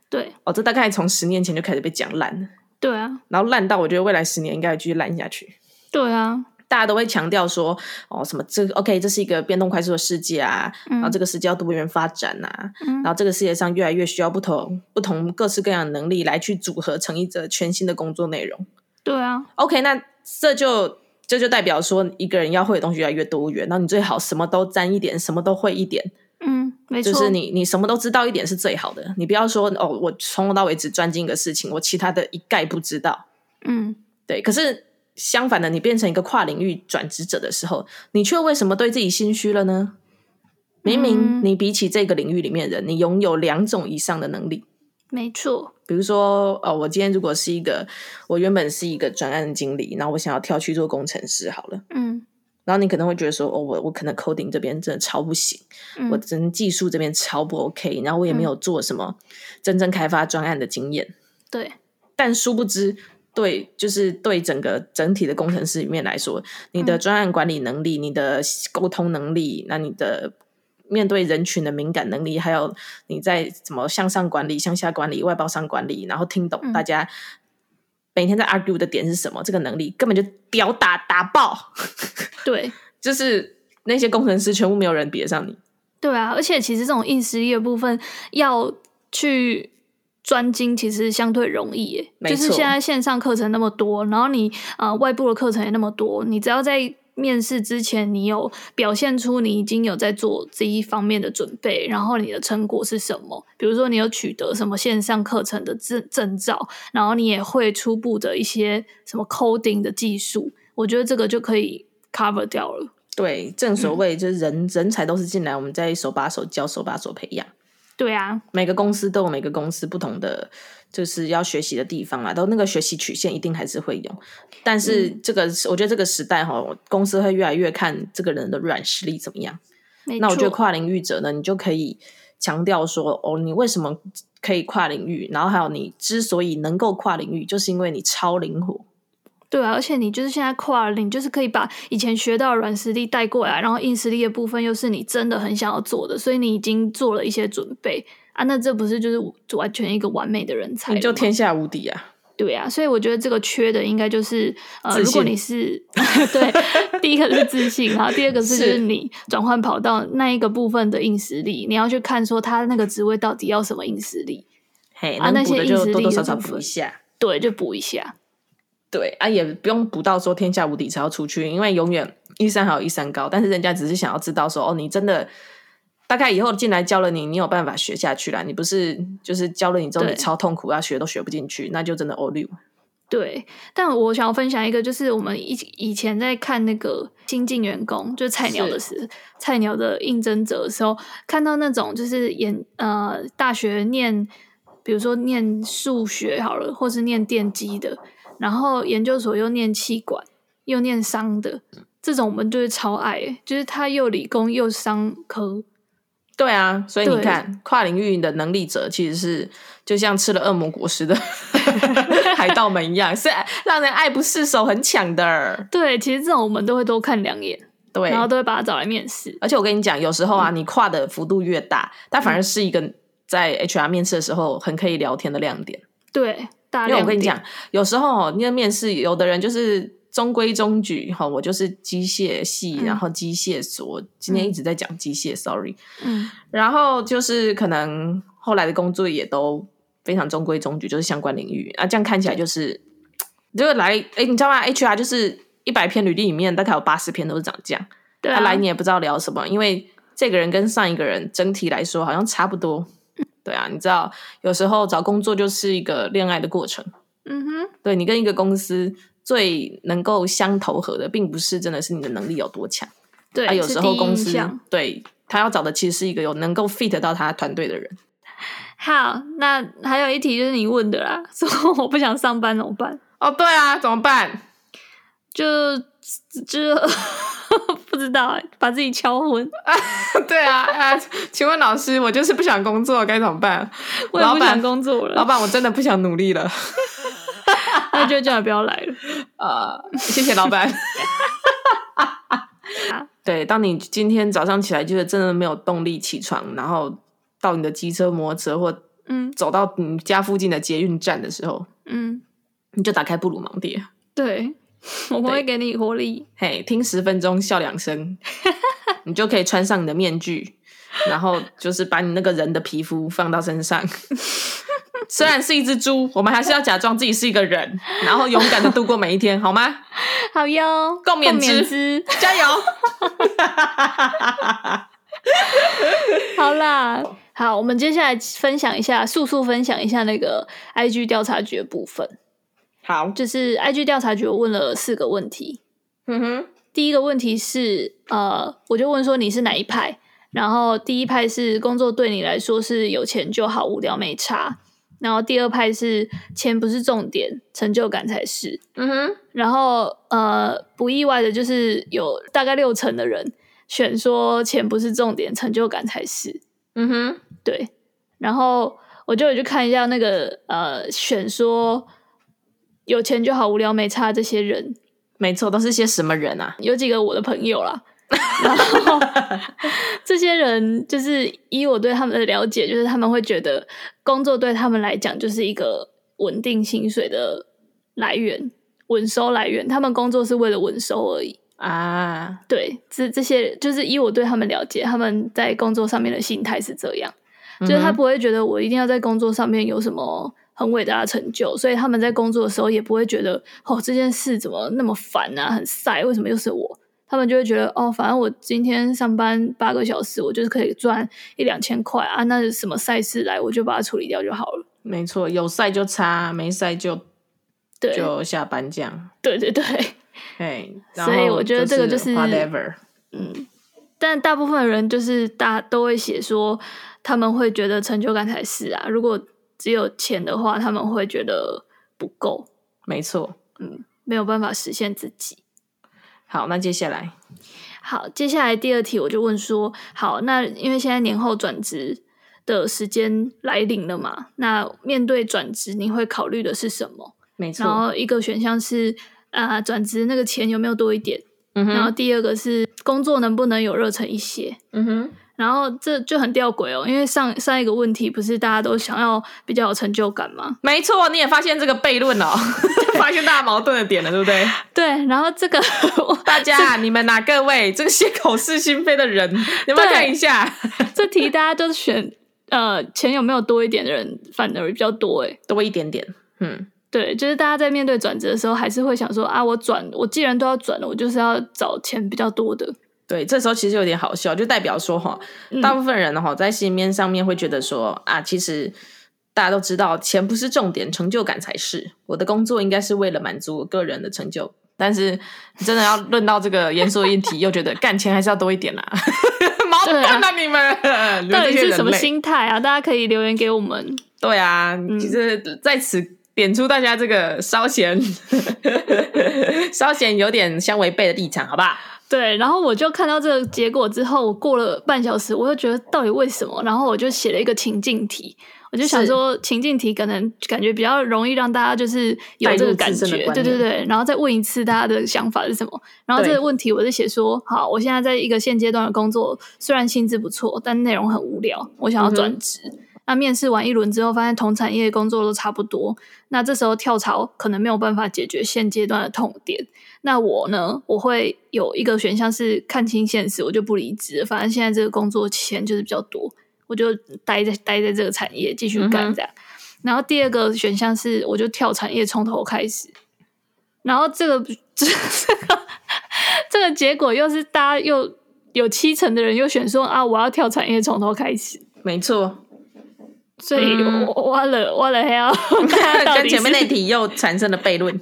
Speaker 1: 对
Speaker 2: 哦，这大概从十年前就开始被讲烂了。
Speaker 1: 对啊，
Speaker 2: 然后烂到我觉得未来十年应该继续烂下去。
Speaker 1: 对啊，
Speaker 2: 大家都会强调说，哦，什么这 OK，这是一个变动快速的世界啊，
Speaker 1: 嗯
Speaker 2: 然后这个世界要多元发展呐、啊，
Speaker 1: 嗯
Speaker 2: 然后这个世界上越来越需要不同不同各式各样的能力来去组合成一个全新的工作内容。
Speaker 1: 对啊，
Speaker 2: OK，那这就这就代表说，一个人要会的东西越来越多元，然后你最好什么都沾一点，什么都会一点，
Speaker 1: 嗯，没错，
Speaker 2: 就是你你什么都知道一点是最好的。你不要说哦，我从头到尾只专精一个事情，我其他的一概不知道。
Speaker 1: 嗯，
Speaker 2: 对，可是相反的，你变成一个跨领域转职者的时候，你却为什么对自己心虚了呢？明明
Speaker 1: 嗯
Speaker 2: 你比起这个领域里面的人，你拥有两种以上的能力。
Speaker 1: 没错，
Speaker 2: 比如说，呃，我今天如果是一个，我原本是一个专案经理，然后我想要跳去做工程师好了，
Speaker 1: 嗯，
Speaker 2: 然后你可能会觉得说，哦，我我可能 coding 这边真的超不行，
Speaker 1: 嗯
Speaker 2: 我真技术这边超不 OK，然后我也没有做什么真正开发专案的经验，
Speaker 1: 对，
Speaker 2: 但殊不知，对，就是对整个整体的工程师里面来说，你的
Speaker 1: 嗯
Speaker 2: 专案管理能力、你的沟通能力、那你的面对人群的敏感能力，还有你在怎么向上管理、向下管理、外包商管理，然后听懂
Speaker 1: 嗯
Speaker 2: 大家每天在 argue 的点是什么，这个能力根本就屌打打爆， [LAUGHS]
Speaker 1: 对，
Speaker 2: 就是那些工程师全部没有人比得上你。
Speaker 1: 对啊，而且其实这种硬实力的部分要去专精，其实相对容易耶。
Speaker 2: 没
Speaker 1: 就
Speaker 2: 错
Speaker 1: 是现在线上课程那么多，然后你呃外部的课程也那么多，你只要在面试之前，你有表现出你已经有在做这一方面的准备，然后你的成果是什么？比如说你有取得什么线上课程的证证照，然后你也会初步的一些什么 coding 的技术，我觉得这个就可以 cover 掉了。
Speaker 2: 对，正
Speaker 1: 嗯
Speaker 2: 所谓就是人、人才都是进来，我们在手把手教、手把手培养。
Speaker 1: 对啊，
Speaker 2: 每个公司都有每个公司不同的，就是要学习的地方啦，都那个学习曲线一定还是会有。但是
Speaker 1: 嗯
Speaker 2: 这个，我觉得这个时代哈，公司会越来越看这个人的软实力怎么样。
Speaker 1: 没
Speaker 2: 那我觉得
Speaker 1: 错
Speaker 2: 跨领域者呢，你就可以强调说，哦，你为什么可以跨领域？然后还有你之所以能够跨领域，就是因为你超灵活。
Speaker 1: 对啊，而且你就是现在跨了，你就是可以把以前学到的软实力带过来，然后硬实力的部分又是你真的很想要做的，所以你已经做了一些准备啊，那这不是就是完全一个完美的人才了
Speaker 2: 你
Speaker 1: 吗？
Speaker 2: 就天下无敌啊！
Speaker 1: 对啊，所以我觉得这个缺的应该就是呃，
Speaker 2: 自信
Speaker 1: 如果你是 [LAUGHS] 对，第一个是自信，然后第二个是就是
Speaker 2: 是
Speaker 1: 你转换跑道那一个部分的硬实力，你要去看说他那个职位到底要什么硬实力，
Speaker 2: 嘿，
Speaker 1: 啊
Speaker 2: 能
Speaker 1: 那
Speaker 2: 补
Speaker 1: 些
Speaker 2: 的
Speaker 1: 硬
Speaker 2: 就
Speaker 1: 实
Speaker 2: 多
Speaker 1: 力
Speaker 2: 多
Speaker 1: 的
Speaker 2: 少少
Speaker 1: 部
Speaker 2: 补
Speaker 1: 分
Speaker 2: 一下。
Speaker 1: 对，就补一下，
Speaker 2: 对啊，也不用补到说天下无敌才要出去，因为永远一山还有一山高。但是人家只是想要知道说，哦，你真的大概以后进来教了你，你有办法学下去啦。你不是就是教了你之后，
Speaker 1: 对
Speaker 2: 你超痛苦，要学都学不进去，那就真的 all 绿。
Speaker 1: 对，但我想要分享一个，就是我们以以前在看那个新进员工，就是菜鸟的时，菜鸟的应征者的时候，看到那种就是演呃大学念，比如说念数学好了，或是念电机的，然后研究所又念气管，又念商的，这种我们就是超爱欸、就是他又理工又商科，
Speaker 2: 对啊，所以你
Speaker 1: 对
Speaker 2: 看，跨领域的能力者其实是就像吃了恶魔果实的 [LAUGHS] 海盗们一样，是让人爱不释手，很抢的。
Speaker 1: 对，其实这种我们都会多看两眼，
Speaker 2: 对，
Speaker 1: 然后都会把他找来面试，
Speaker 2: 而且我跟你讲，有时候
Speaker 1: 嗯
Speaker 2: 啊，你跨的幅度越大，它反而是一个在 HR 面试的时候很可以聊天的亮点。
Speaker 1: 对，大
Speaker 2: 因为
Speaker 1: 量
Speaker 2: 我跟你
Speaker 1: 啊点
Speaker 2: 讲，有时候哦，那面试有的人就是中规中矩哈、我就是机械系，
Speaker 1: 嗯
Speaker 2: 然后机械所，今天一直在讲机械，sorry。
Speaker 1: 嗯
Speaker 2: 然后就是可能后来的工作也都非常中规中矩，就是相关领域啊，这样看起来就是，就是来哎，你知道吗？HR 就是一百篇履历里面大概有八十篇都是长这样。
Speaker 1: 对
Speaker 2: 他
Speaker 1: 啊，
Speaker 2: 来你也不知道聊什么，因为这个人跟上一个人整体来说好像差不多。对啊，你知道，有时候找工作就是一个恋爱的过程。
Speaker 1: 嗯哼。
Speaker 2: 对你跟一个公司最能够相投合的，并不是真的是你的能力有多强，
Speaker 1: 对，
Speaker 2: 啊，有
Speaker 1: 是
Speaker 2: 时
Speaker 1: 第
Speaker 2: 候
Speaker 1: 一
Speaker 2: 公
Speaker 1: 印
Speaker 2: 司
Speaker 1: 象
Speaker 2: 对他要找的其实是一个有能够 fit 到他团队的人。
Speaker 1: 好，那还有一题就是你问的啦，说 [LAUGHS] 我不想上班怎么办？
Speaker 2: 哦，对啊，怎么办？ [LAUGHS]
Speaker 1: 就就不知道、欸，把自己敲昏。
Speaker 2: 对啊，啊，请问老师，我就是不想工作，该怎么办？
Speaker 1: 我也
Speaker 2: 老
Speaker 1: 不想
Speaker 2: 板
Speaker 1: 工作了，
Speaker 2: 老板，我真的不想努力了。
Speaker 1: 那就叫你不要来了。
Speaker 2: 呃，谢谢老板。对，当你今天早上起来就是真的没有动力起床，然后到你的机车、摩托车或
Speaker 1: 嗯
Speaker 2: 走到你家附近的捷运站的时候，
Speaker 1: 嗯，
Speaker 2: 你就打开布鲁盲碟， [LAUGHS]
Speaker 1: 对，我们会给你活力。
Speaker 2: 嘿，听十分钟笑两声， [LAUGHS] 你就可以穿上你的面具，然后就是把你那个人的皮肤放到身上。 [LAUGHS] 虽然是一只猪，我们还是要假装自己是一个人，然后勇敢的度过每一天，好吗？
Speaker 1: 好哟，
Speaker 2: 共勉之
Speaker 1: 之。
Speaker 2: 加油！
Speaker 1: 好
Speaker 2: [LAUGHS]
Speaker 1: 啦，好，我们接下来分享一下，速速分享一下那个 IG 调查局的部分。
Speaker 2: 好，
Speaker 1: 就是 IG 调查局我问了四个问题，
Speaker 2: 嗯哼，
Speaker 1: 第一个问题是，呃，我就问说你是哪一派？然后第一派是工作对你来说是有钱就好，无聊没差。然后第二派是钱不是重点，成就感才是。
Speaker 2: 嗯哼，
Speaker 1: 然后呃，不意外的就是有大概六成的人选说钱不是重点，成就感才是。
Speaker 2: 嗯哼，
Speaker 1: 对，然后我就有去看一下那个呃，选说有钱就好，无聊没差这些人，
Speaker 2: 没错，都是些什么人啊？
Speaker 1: 有几个我的朋友啦。然后这些人就是以我对他们的了解，就是他们会觉得工作对他们来讲就是一个稳定薪水的来源，稳收来源。他们工作是为了稳收而已。
Speaker 2: 啊，
Speaker 1: 对，这这些就是以我对他们了解，他们在工作上面的心态是这样，
Speaker 2: 嗯哼
Speaker 1: 就是他不会觉得我一定要在工作上面有什么很伟大的成就，所以他们在工作的时候也不会觉得哦这件事怎么那么烦啊，很晒，为什么又是我？他们就会觉得哦，反正我今天上班八个小时，我就是可以赚一两千块啊，那什么赛事来我就把它处理掉就好了。 [LAUGHS]
Speaker 2: 没错，有赛就擦，没赛就
Speaker 1: 对，
Speaker 2: 就下班这样。
Speaker 1: 对对对，
Speaker 2: 哎，然
Speaker 1: 所以
Speaker 2: 后
Speaker 1: 我觉得这个就是
Speaker 2: whatever。
Speaker 1: 嗯，但大部分人就是大都会写说，他们会觉得成就感才是啊。如果只有钱的话，他们会觉得不够，
Speaker 2: 没错。
Speaker 1: 没有办法实现自己。
Speaker 2: 好，那接下来，
Speaker 1: 好，接下来第二题我就问说，好，那因为现在年后转职的时间来临了嘛，那面对转职你会考虑的是什么？
Speaker 2: 没
Speaker 1: 然
Speaker 2: 错，
Speaker 1: 后一个选项是啊、转职那个钱有没有多一点？
Speaker 2: 嗯
Speaker 1: 然后
Speaker 2: 哼，
Speaker 1: 第二个是工作能不能有热忱一些？
Speaker 2: 嗯哼，
Speaker 1: 然后这就很吊诡哦，因为上上一个问题不是大家都想要比较有成就感吗？
Speaker 2: 没错，你也发现这个悖论
Speaker 1: [LAUGHS]
Speaker 2: 哦，发现大家矛盾的点了，对不对？
Speaker 1: 对，然后这个 [LAUGHS] 我
Speaker 2: 大家，你们哪各位这些口是心非的人，你们
Speaker 1: 对
Speaker 2: 看一下，
Speaker 1: 这题大家就是选呃钱有没有多一点的人反而比较多欸诶
Speaker 2: 多一点点，嗯，
Speaker 1: 对，就是大家在面对转折的时候，还是会想说啊，我转，我既然都要转了，我就是要找钱比较多的。
Speaker 2: 对，这时候其实有点好笑，就代表说哈，
Speaker 1: 嗯
Speaker 2: 大部分人哈在心里面上面会觉得说啊，其实大家都知道钱不是重点，成就感才是。我的工作应该是为了满足我个人的成就，但是真的要论到这个严肃的议题，又觉得干钱还是要多一点啦，矛盾啊你们，你们
Speaker 1: 到
Speaker 2: 这
Speaker 1: 底
Speaker 2: 些
Speaker 1: 是
Speaker 2: 人
Speaker 1: 什么
Speaker 2: 类？
Speaker 1: 心嗯态啊？大家可以留言给我们。
Speaker 2: 对啊，其实在此。点出大家这个烧 [LAUGHS] 钱，烧钱有点相违背的立场，好吧？
Speaker 1: 对，然后我就看到这个结果之后，我过了半小时，我就觉得到底为什么？然后我就写了一个情境题，我就想
Speaker 2: 是
Speaker 1: 说情境题可能感觉比较容易让大家就是有这个感
Speaker 2: 带入自身
Speaker 1: 觉，
Speaker 2: 的观
Speaker 1: 对
Speaker 2: 念
Speaker 1: 对对，然后再问一次大家的想法是什么。然后这
Speaker 2: 对
Speaker 1: 个问题我就写说，好，我现在在一个现阶段的工作，虽然薪资不错，但内容很无聊，我
Speaker 2: 嗯
Speaker 1: 想要转职。那面试完一轮之后，发现同产业工作都差不多，那这时候跳槽可能没有办法解决现阶段的痛点。那我呢，我会有一个选项是看清现实，我就不离职了。反正现在这个工作钱就是比较多，我就待在待在这个产业继续
Speaker 2: 嗯哼
Speaker 1: 干这样。然后第二个选项是，我就跳产业从头开始。然后这个这个这个结果又是大家又有七成的人又选说啊，我要跳产业从头开始。
Speaker 2: 没错，
Speaker 1: 所以
Speaker 2: 嗯
Speaker 1: 我挖了挖了还
Speaker 2: [LAUGHS]
Speaker 1: 要看 [LAUGHS] 到底
Speaker 2: 跟前面那
Speaker 1: 是
Speaker 2: 题又产生了悖
Speaker 1: [LAUGHS]
Speaker 2: 论，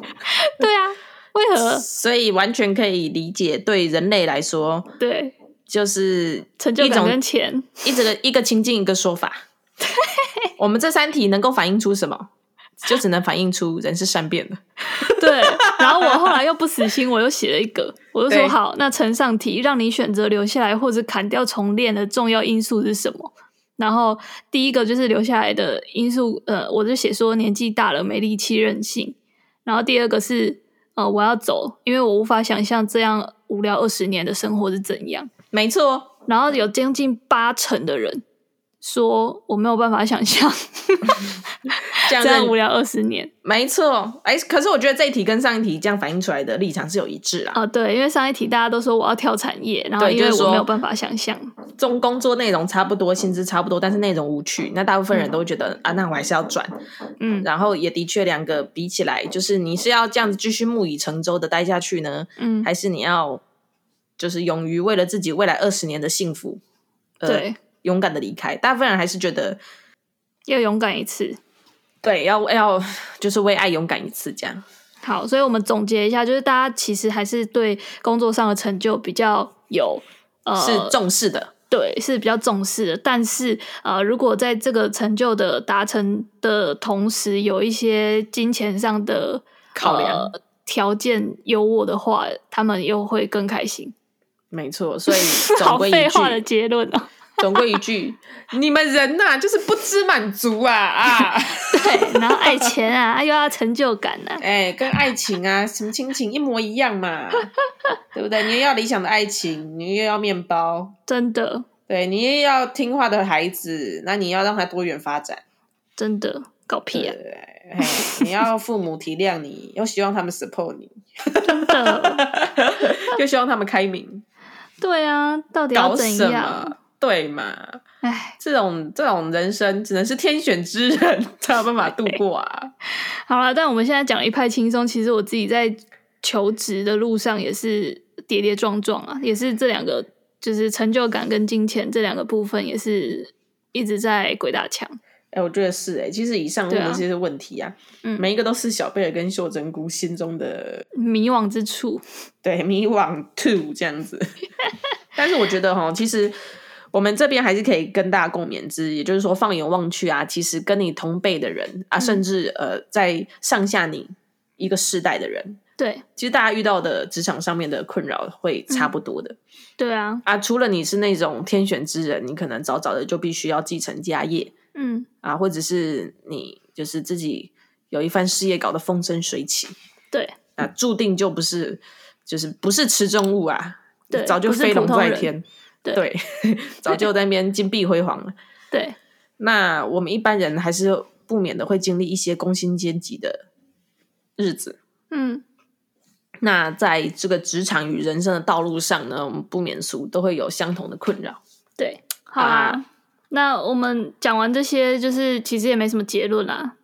Speaker 1: 对啊，为何
Speaker 2: 所以完全可以理解，对人类来说，
Speaker 1: 对
Speaker 2: 就是
Speaker 1: 成就
Speaker 2: 一
Speaker 1: 感
Speaker 2: 种
Speaker 1: 跟钱？
Speaker 2: 一直的一个情境一个说法。
Speaker 1: [LAUGHS]
Speaker 2: 我们这三题能够反映出什么？就只能反映出人是善变的。
Speaker 1: [LAUGHS] 对，然后我后来又不死心，我又写了一个，我就
Speaker 2: 对
Speaker 1: 说好，那呈上题，让你选择留下来或者砍掉重练的重要因素是什么？然后第一个就是留下来的因素，呃，我就写说年纪大了没力气任性。然后第二个是，呃，我要走，因为我无法想象这样无聊二十年的生活是怎样。
Speaker 2: 没错，
Speaker 1: 然后有将近八成的人说我没有办法想象
Speaker 2: 这样
Speaker 1: 这样无
Speaker 2: 子
Speaker 1: 聊二十年
Speaker 2: 没错。哎，可是我觉得这一题跟上一题这样反映出来的立场是有一致啊。
Speaker 1: 啊、对，因为上一题大家都说我要跳产业，然后
Speaker 2: 对
Speaker 1: 因为
Speaker 2: 就是说
Speaker 1: 我没有办法想象，
Speaker 2: 中工作内容差不多，薪资差不多，但是内容无趣，那大部分人都会觉得、啊，那我还是要转。
Speaker 1: 嗯
Speaker 2: 然后也的确两个比起来，就是你是要这样子继续木已成舟的待下去呢，
Speaker 1: 嗯，
Speaker 2: 还是你要就是勇于为了自己未来二十年的幸福，呃，
Speaker 1: 对，
Speaker 2: 勇敢的离开？大部分人还是觉得
Speaker 1: 要勇敢一次。
Speaker 2: 对，要要就是为爱勇敢一次这样。
Speaker 1: 好，所以我们总结一下，就是大家其实还是对工作上的成就比较有呃
Speaker 2: 是重视的，
Speaker 1: 对，是比较重视的。但是，呃，如果在这个成就的达成的同时，有一些金钱上的
Speaker 2: 考量
Speaker 1: 呃条件优渥的话，他们又会更开心。
Speaker 2: 没
Speaker 1: [LAUGHS]
Speaker 2: 错。所以总
Speaker 1: 好
Speaker 2: 归
Speaker 1: 废
Speaker 2: 一
Speaker 1: 话的
Speaker 2: 句，
Speaker 1: 结论哦。 [LAUGHS]
Speaker 2: 总归一句，你们人呐、就是不知满足啊啊！
Speaker 1: 对，然后爱钱啊，啊又要成就感啊。
Speaker 2: 哎、跟爱情啊，什么亲情一模一样嘛，对不对？你又要理想的爱情，你又要面包，
Speaker 1: 真的，
Speaker 2: 对你又要听话的孩子，那你要让他多元发 [LAUGHS] 展，
Speaker 1: 真的，搞屁啊！
Speaker 2: 对、嘿你要父母体谅你，又希望他们 support 你，
Speaker 1: 真的，
Speaker 2: [LAUGHS] 又希望他们开明，
Speaker 1: 对啊，到底要
Speaker 2: 搞
Speaker 1: 怎
Speaker 2: 什
Speaker 1: 样？
Speaker 2: 么？对嘛？
Speaker 1: 哎，
Speaker 2: 这种这种人生只能是天选之人 [LAUGHS] 才有办法度过啊！
Speaker 1: 好了，但我们现在讲一派轻松，其实我自己在求职的路上也是跌跌撞撞啊，也是这两个就是成就感跟金钱这两个部分也是一直在鬼打墙。
Speaker 2: 哎、我觉得是哎、其实以上问
Speaker 1: 对
Speaker 2: 的
Speaker 1: 啊
Speaker 2: 这些问题啊，
Speaker 1: 嗯
Speaker 2: 每一个都是小贝尔跟秀珍菇心中的
Speaker 1: 迷惘之处，
Speaker 2: 对，迷惘 two 这样子。 [LAUGHS] 但是我觉得哈，其实我们这边还是可以跟大家共勉之，也就是说，放眼望去啊，其实跟你同辈的人啊，甚至呃，在上下你一个世代的人，
Speaker 1: 对
Speaker 2: 其实大家遇到的职场上面的困扰会差不多的、
Speaker 1: 对啊，
Speaker 2: 啊。除了你是那种天选之人，你可能早早的就必须要继承家业
Speaker 1: 嗯，
Speaker 2: 啊，或者是你就是自己有一番事业搞得风生水起，
Speaker 1: 对
Speaker 2: 啊，注定就不是，就是不是池中物啊，
Speaker 1: 对
Speaker 2: 早就
Speaker 1: 不是
Speaker 2: 飞
Speaker 1: 普
Speaker 2: 龙
Speaker 1: 通
Speaker 2: 在
Speaker 1: 人
Speaker 2: 天，
Speaker 1: 对
Speaker 2: [LAUGHS] 早就在那边金碧辉煌了。
Speaker 1: 对，
Speaker 2: 那我们一般人还是不免的会经历一些工薪阶级的日子。
Speaker 1: 嗯
Speaker 2: 那在这个职场与人生的道路上呢，我们不免俗都会有相同的困扰。
Speaker 1: 对，好啦。
Speaker 2: 啊
Speaker 1: 那我们讲完这些，就是其实也没什么结论啦， [LAUGHS]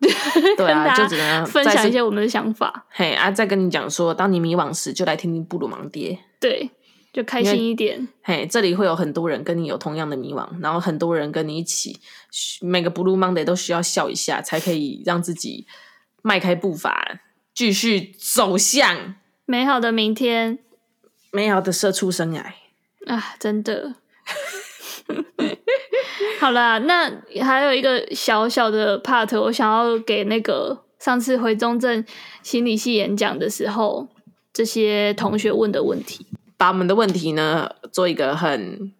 Speaker 1: [LAUGHS]
Speaker 2: 对
Speaker 1: 跟
Speaker 2: 啊，
Speaker 1: 大
Speaker 2: 就
Speaker 1: 家
Speaker 2: 只能
Speaker 1: 分
Speaker 2: 再
Speaker 1: 享
Speaker 2: 次
Speaker 1: 一些我们的想法，
Speaker 2: 嘿啊，再跟你讲说，当你迷惘时，就来听听布鲁芒爹。
Speaker 1: 对，就开
Speaker 2: 因为
Speaker 1: 心一点，
Speaker 2: 嘿，这里会有很多人跟你有同样的迷惘，然后很多人跟你一起，每个 Blue Monday 都需要笑一下，才可以让自己迈开步伐，继续走向
Speaker 1: 美好的明天
Speaker 2: 美好的社畜生涯。
Speaker 1: 啊，真的。 [LAUGHS] 好啦，那还有一个小小的 part，我想要给那个上次回中正心理系演讲的时候，这些同学问的问题。
Speaker 2: 把我们的问题呢，做一个很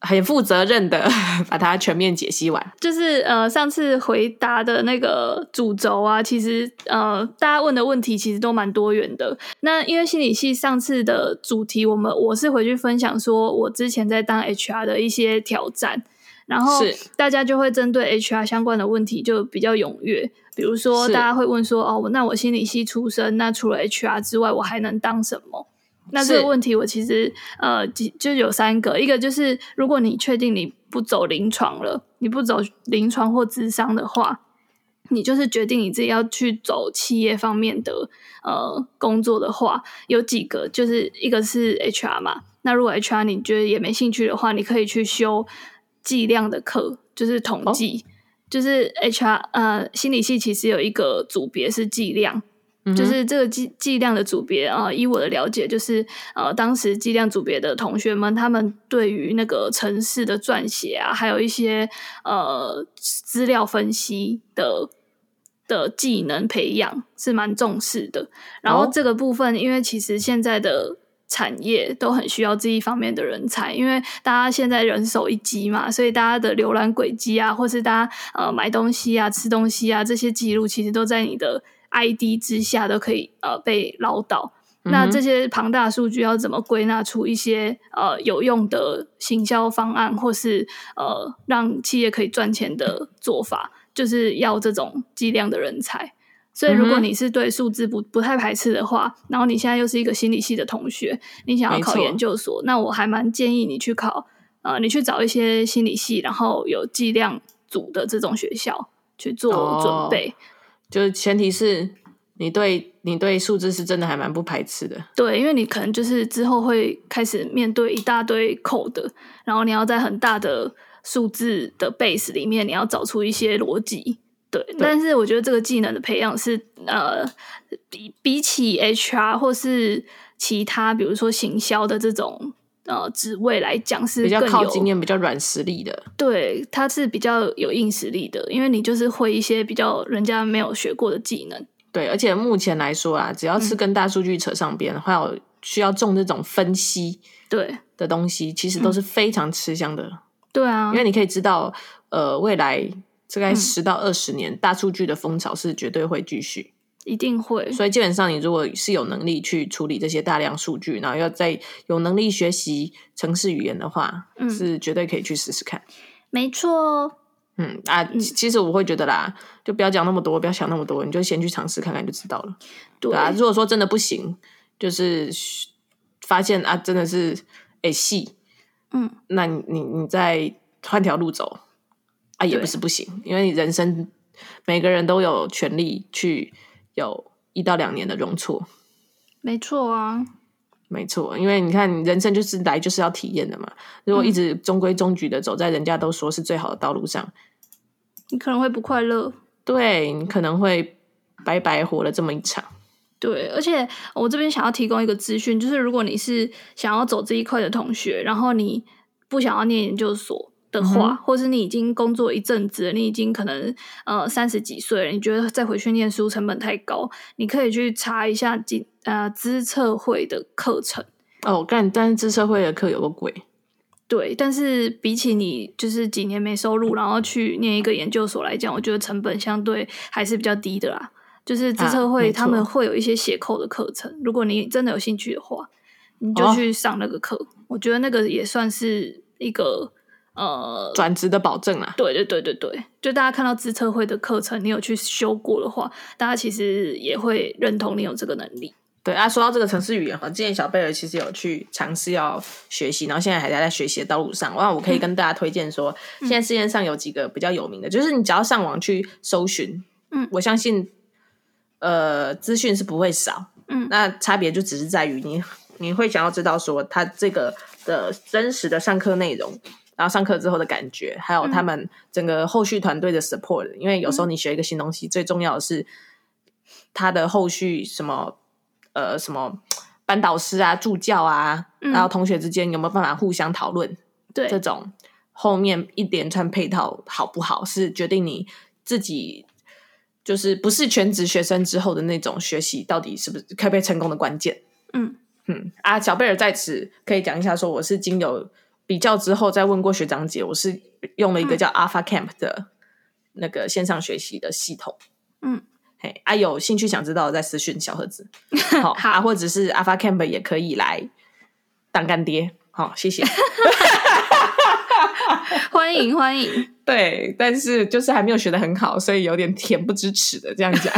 Speaker 2: 很负责任的把它全面解析完。
Speaker 1: 就是呃，上次回答的那个主轴啊，其实呃，大家问的问题其实都蛮多元的。那因为心理系上次的主题，我们我是回去分享说我之前在当 HR 的一些挑战，然后
Speaker 2: 是
Speaker 1: 大家就会针对 HR 相关的问题就比较踊跃。比如说，
Speaker 2: 是
Speaker 1: 大家会问说：“哦，那我心理系出身，那除了 HR 之外，我还能当什么？”那这
Speaker 2: 是
Speaker 1: 个问题，我其实呃，就就有三个，一个就是如果你确定你不走临床了，你不走临床或智商的话，你就是决定你自己要去走企业方面的呃工作的话，有几个，就是一个是 HR 嘛，那如果 HR 你觉得也没兴趣的话，你可以去修计量的课，就是统计。就是 HR 呃心理系其实有一个组别是计量，
Speaker 2: 嗯哼
Speaker 1: 就是这个剂剂量的组别啊、呃以我的了解，就是呃，当时剂量组别的同学们，他们对于那个城市的撰写啊，还有一些呃资料分析的的技能培养是蛮重视的。然后
Speaker 2: 哦
Speaker 1: 这个部分，因为其实现在的产业都很需要这一方面的人才，因为大家现在人手一机嘛，所以大家的浏览轨迹啊，或是大家呃买东西啊、吃东西啊这些记录，其实都在你的 ID 之下都可以呃被捞到。那
Speaker 2: 嗯
Speaker 1: 这些庞大数据要怎么归纳出一些呃有用的行销方案，或是呃让企业可以赚钱的做法，就是要这种计量的人才。所以，如果
Speaker 2: 嗯哼
Speaker 1: 你是对数字不不太排斥的话，然后你现在又是一个心理系的同学，你想要
Speaker 2: 没
Speaker 1: 考
Speaker 2: 错
Speaker 1: 研究所，那我还蛮建议你去考呃，你去找一些心理系，然后有计量组的这种学校去做
Speaker 2: 哦
Speaker 1: 准备。
Speaker 2: 就是前提是你对你对数字是真的还蛮不排斥的。
Speaker 1: 对，因为你可能就是之后会开始面对一大堆 code，然后你要在很大的数字的 base 里面，你要找出一些逻辑。对，但是我觉得这个技能的培养是呃，比比起 HR 或是其他比如说行销的这种呃职位来讲，是
Speaker 2: 比较
Speaker 1: 更
Speaker 2: 靠
Speaker 1: 有
Speaker 2: 经验、比较软实力的，
Speaker 1: 对，它是比较有硬实力的，因为你就是会一些比较人家没有学过的技能。
Speaker 2: 对。而且目前来说啊啦，只要
Speaker 1: 嗯
Speaker 2: 是跟大数据扯上边，还有需要重这种分析
Speaker 1: 对，
Speaker 2: 的东西，其实
Speaker 1: 嗯
Speaker 2: 都是非常吃香的，
Speaker 1: 对啊
Speaker 2: 因，为你可以知道，呃，未来大概
Speaker 1: 嗯
Speaker 2: 十到二十年，大数据的风潮是绝对会继续。
Speaker 1: 一定会。
Speaker 2: 所以基本上，你如果是有能力去处理这些大量数据，然后要再有能力学习城市语言的话，
Speaker 1: 嗯
Speaker 2: 是绝对可以去试试看。
Speaker 1: 没错哦。
Speaker 2: 嗯啊，其其实我会觉得啦，就不要讲那么多，不要想那么多，你就先去尝试看看就知道了。
Speaker 1: 对
Speaker 2: 啊，如果说真的不行，就是发现啊，真的是诶细，
Speaker 1: 嗯，
Speaker 2: 那你你你再换条路走啊，也
Speaker 1: 对
Speaker 2: 不是不行，因为你人生每个人都有权利去有一到两年的容错。
Speaker 1: 没错啊，
Speaker 2: 没错，因为你看，你人生就是来就是要体验的嘛。如果一直中规中矩的走在人家都说是最好的道路上，
Speaker 1: 你可能会不快乐。
Speaker 2: 对你可能会白白活了这么一场。
Speaker 1: 对，而且我这边想要提供一个资讯，就是如果你是想要走这一块的同学，然后你不想要念研究所的话，
Speaker 2: 嗯
Speaker 1: 或是你已经工作一阵子了，你已经可能呃三十几岁了，你觉得再回去念书成本太高，你可以去查一下几呃资策会的课程。
Speaker 2: 哦，但但是这社会的课有个鬼，
Speaker 1: 对，但是比起你就是几年没收入，然后去念一个研究所来讲，我觉得成本相对还是比较低的啦。就是资
Speaker 2: 啊
Speaker 1: 策
Speaker 2: 没
Speaker 1: 会
Speaker 2: 错
Speaker 1: 他们会有一些斜扣的课程，如果你真的有兴趣的话，你就
Speaker 2: 哦
Speaker 1: 去上那个课。我觉得那个也算是一个呃，
Speaker 2: 转职的保证啊。
Speaker 1: 对对对对对，就大家看到资策会的课程，你有去修过的话，大家其实也会认同你有这个能力。
Speaker 2: 对啊，说到这个城市语言哈，之前小贝尔其实有去尝试要学习，然后现在还在在学习的道路上。哇，我可以跟大家推荐说，现在世界上有几个比较有名的，就是你只要上网去搜寻，
Speaker 1: 嗯
Speaker 2: 我相信，呃，资讯是不会少，
Speaker 1: 嗯
Speaker 2: 那差别就只是在于你你会想要知道说他这个的真实的上课内容。然后上课之后的感觉，还
Speaker 1: 嗯
Speaker 2: 有他们整个后续团队的 support，、因为有时候你学一个新东西，最重要的是他的后续什么呃什么班导师啊、助教啊，
Speaker 1: 嗯
Speaker 2: 然后同学之间有没有办法互相讨论
Speaker 1: 对
Speaker 2: 这种后面一连串配套好不好，是决定你自己就是不是全职学生之后的那种学习到底是不是可不可以成功的关键。
Speaker 1: 嗯
Speaker 2: 嗯啊，小贝尔在此可以讲一下，说我是经由比较之后再问过学长姐，我是用了
Speaker 1: 嗯
Speaker 2: 一个叫 Alpha Camp 的那个线上学习的系统。
Speaker 1: 嗯，
Speaker 2: 嘿，啊，有兴趣想知道的再私讯小
Speaker 1: [LAUGHS]
Speaker 2: 盒子，好、啊，或者是 Alpha Camp 也可以来当干爹。好、谢谢。
Speaker 1: 欢迎欢
Speaker 2: [LAUGHS]
Speaker 1: 迎，
Speaker 2: 对，但是就是还没有学得很好，所以有点恬不知耻的这样讲。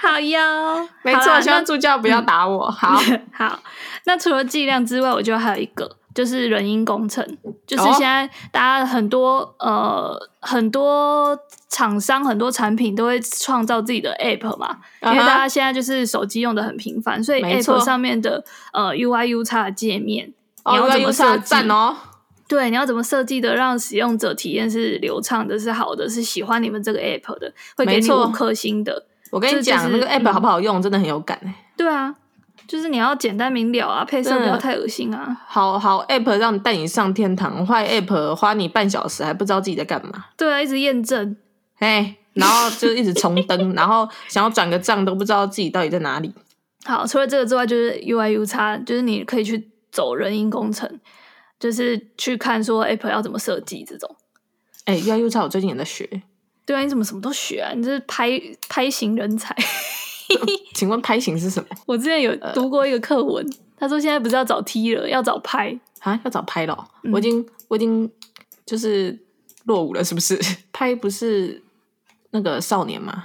Speaker 1: 好哟，
Speaker 2: [LAUGHS] 啊没
Speaker 1: 好啦
Speaker 2: 错，希
Speaker 1: 那
Speaker 2: 望助嗯教不要打我。 [LAUGHS] 好，
Speaker 1: [LAUGHS] 好，那除了剂量之外，我觉得还有一个就是人因工程，就是
Speaker 2: 哦
Speaker 1: 现在大家很多、呃很多厂商、很多产品都会创造自己的 app 嘛，因为
Speaker 2: 啊哈
Speaker 1: 大家现在就是手机用的很频繁，所以
Speaker 2: 没错
Speaker 1: app 上面的呃 UI U 叉的界面，你
Speaker 2: 哦，
Speaker 1: 要
Speaker 2: 我
Speaker 1: 怎
Speaker 2: 要
Speaker 1: 么
Speaker 2: U 叉
Speaker 1: 设计？
Speaker 2: 赞哦。
Speaker 1: 对，你要怎么设计的让使用者体验是流畅的、是好的、是喜欢你们这个 app 的，会给
Speaker 2: 没
Speaker 1: 你
Speaker 2: 错
Speaker 1: 五颗星的。
Speaker 2: 我跟
Speaker 1: 这
Speaker 2: 你
Speaker 1: 就
Speaker 2: 讲，
Speaker 1: 是
Speaker 2: 那个 app
Speaker 1: 嗯
Speaker 2: 好不好用，真的很有感哎、
Speaker 1: 对啊，就是你要简单明了啊，配色不
Speaker 2: 真
Speaker 1: 要
Speaker 2: 的
Speaker 1: 太恶心啊。
Speaker 2: 好好 app 让你带你上天堂，坏 app 花你半小时还不知道自己在干嘛，
Speaker 1: 对啊，一直验证。
Speaker 2: 哎，然后就一直重登， [LAUGHS] 然后想要转个账都不知道自己到底在哪里。
Speaker 1: 好，除了这个之外，就是 UI U 叉，就是你可以去走人因工程，就是去看说 Apple 要怎么设计这种。
Speaker 2: 哎，U I U 叉我最近也在学，
Speaker 1: 对啊，你怎么什么都学啊？你这是拍拍型人才。 [LAUGHS]
Speaker 2: 请问拍型是什么
Speaker 1: 我之前有读过一个课文，他说现在不是要找 T 了，要找拍，
Speaker 2: 啊？要找拍了哦、
Speaker 1: 嗯
Speaker 2: 我已经我已经就是落伍了，是不 [LAUGHS] 是？拍不是那个少年吗？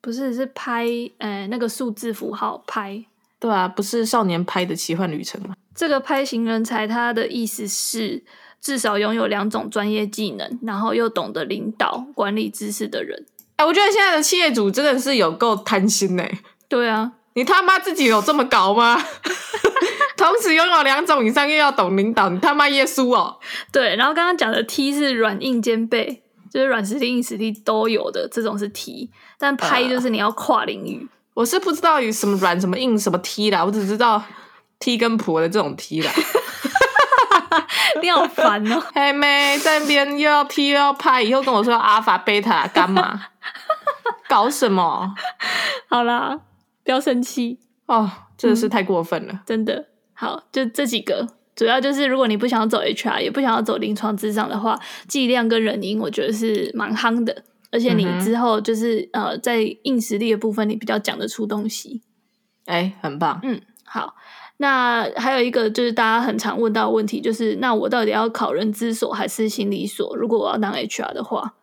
Speaker 1: 不是是拍，呃，那个数字符号拍。
Speaker 2: 对啊，不是少年拍的奇幻旅程吗？
Speaker 1: 这个拍型人才，他的意思是至少拥有两种专业技能，然后又懂得领导管理知识的人。
Speaker 2: 哎、我觉得现在的企业主真的是有够贪心呢、
Speaker 1: 对啊，
Speaker 2: 你他妈自己有这么搞吗？ [LAUGHS] 同时拥有两种以上又要懂领导，你他妈耶稣哦！
Speaker 1: 对。然后刚刚讲的 T 是软硬兼备，就是软实力、硬实力都有的，这种是 T。但
Speaker 2: 啊
Speaker 1: 拍就是你要跨领域。 [LAUGHS]
Speaker 2: 我是不知道有什么软、什么硬、什么 T 啦，我只知道 T 跟婆的这种 T 啦。
Speaker 1: 你好烦哦！ [LAUGHS]
Speaker 2: 嘿妹在那边又要 T 又要派，以后跟我说阿法、贝塔、伽马，搞什么？
Speaker 1: 好啦，不要生气，
Speaker 2: 哦，真的是太过分了。
Speaker 1: 真的。好，就这几个，主要就是如果你不想要走 HR，也不想要走临床智商的话，剂量跟人因我觉得是蛮夯的。而且你
Speaker 2: 嗯哼
Speaker 1: 之后就是、呃，在硬实力的部分，你比较讲得出东西。
Speaker 2: 哎、很棒。
Speaker 1: 嗯，好。那还有一个就是大家很常问到的问题，就是那我到底要考人资所还是心理所？如果我要当 HR 的话，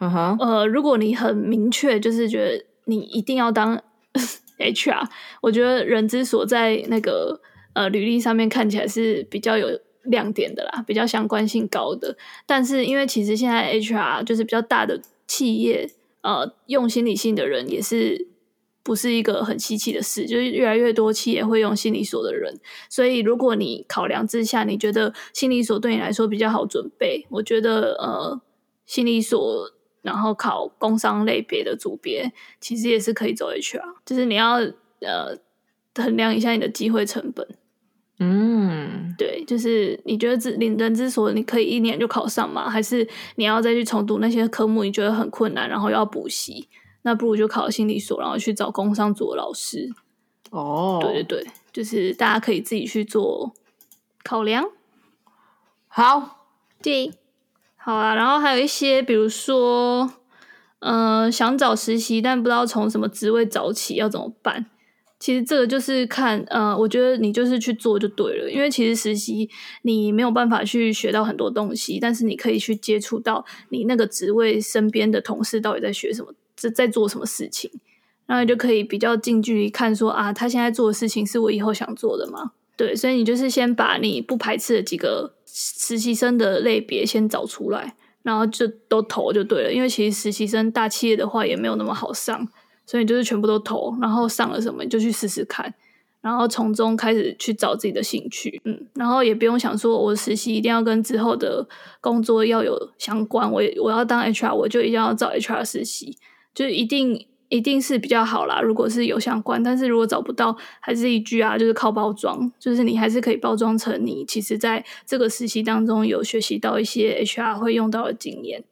Speaker 2: 嗯哼，
Speaker 1: 呃，如果你很明确，就是觉得你一定要当 [LAUGHS] HR，我觉得人之所在那个呃履历上面看起来是比较有亮点的啦，比较相关性高的。但是因为其实现在 HR 就是比较大的企业，呃，用心理性的人也是。不是一个很稀奇的事，就是越来越多企业会用心理所的人，所以如果你考量之下，你觉得心理所对你来说比较好准备，我觉得呃，心理所然后考工商类别的组别，其实也是可以走 HR，就是你要呃衡量一下你的机会成本。
Speaker 2: 嗯，
Speaker 1: 对，就是你觉得自领人之所你可以一年就考上吗？还是你要再去重读那些科目，你觉得很困难，然后又要补习？那不如就考心理所，然后去找工商组的老师。
Speaker 2: 哦，
Speaker 1: 对对对，就是大家可以自己去做考量。
Speaker 2: 好，
Speaker 1: 对，好啊，然后还有一些，比如说，呃，想找实习但不知道从什么职位找起，要怎么办？其实这个就是看，呃，我觉得你就是去做就对了，因为其实实习你没有办法去学到很多东西，但是你可以去接触到你那个职位身边的同事到底在学什么，在在做什么事情，然后你就可以比较近距离看说啊，他现在做的事情是我以后想做的吗？对，所以你就是先把你不排斥的几个实习生的类别先找出来，然后就都投就对了。因为其实实习生大企业的话也没有那么好上，所以你就是全部都投，然后上了什么你就去试试看，然后从中开始去找自己的兴趣，嗯，然后也不用想说我实习一定要跟之后的工作要有相关，我也我要当 HR 我就一定要找 HR 实习，就是一定一定是比较好啦。如果是有相关，但是如果找不到，还是一句啊，就是靠包装，就是你还是可以包装成你其实在这个实习当中有学习到一些 HR 会用到的经验。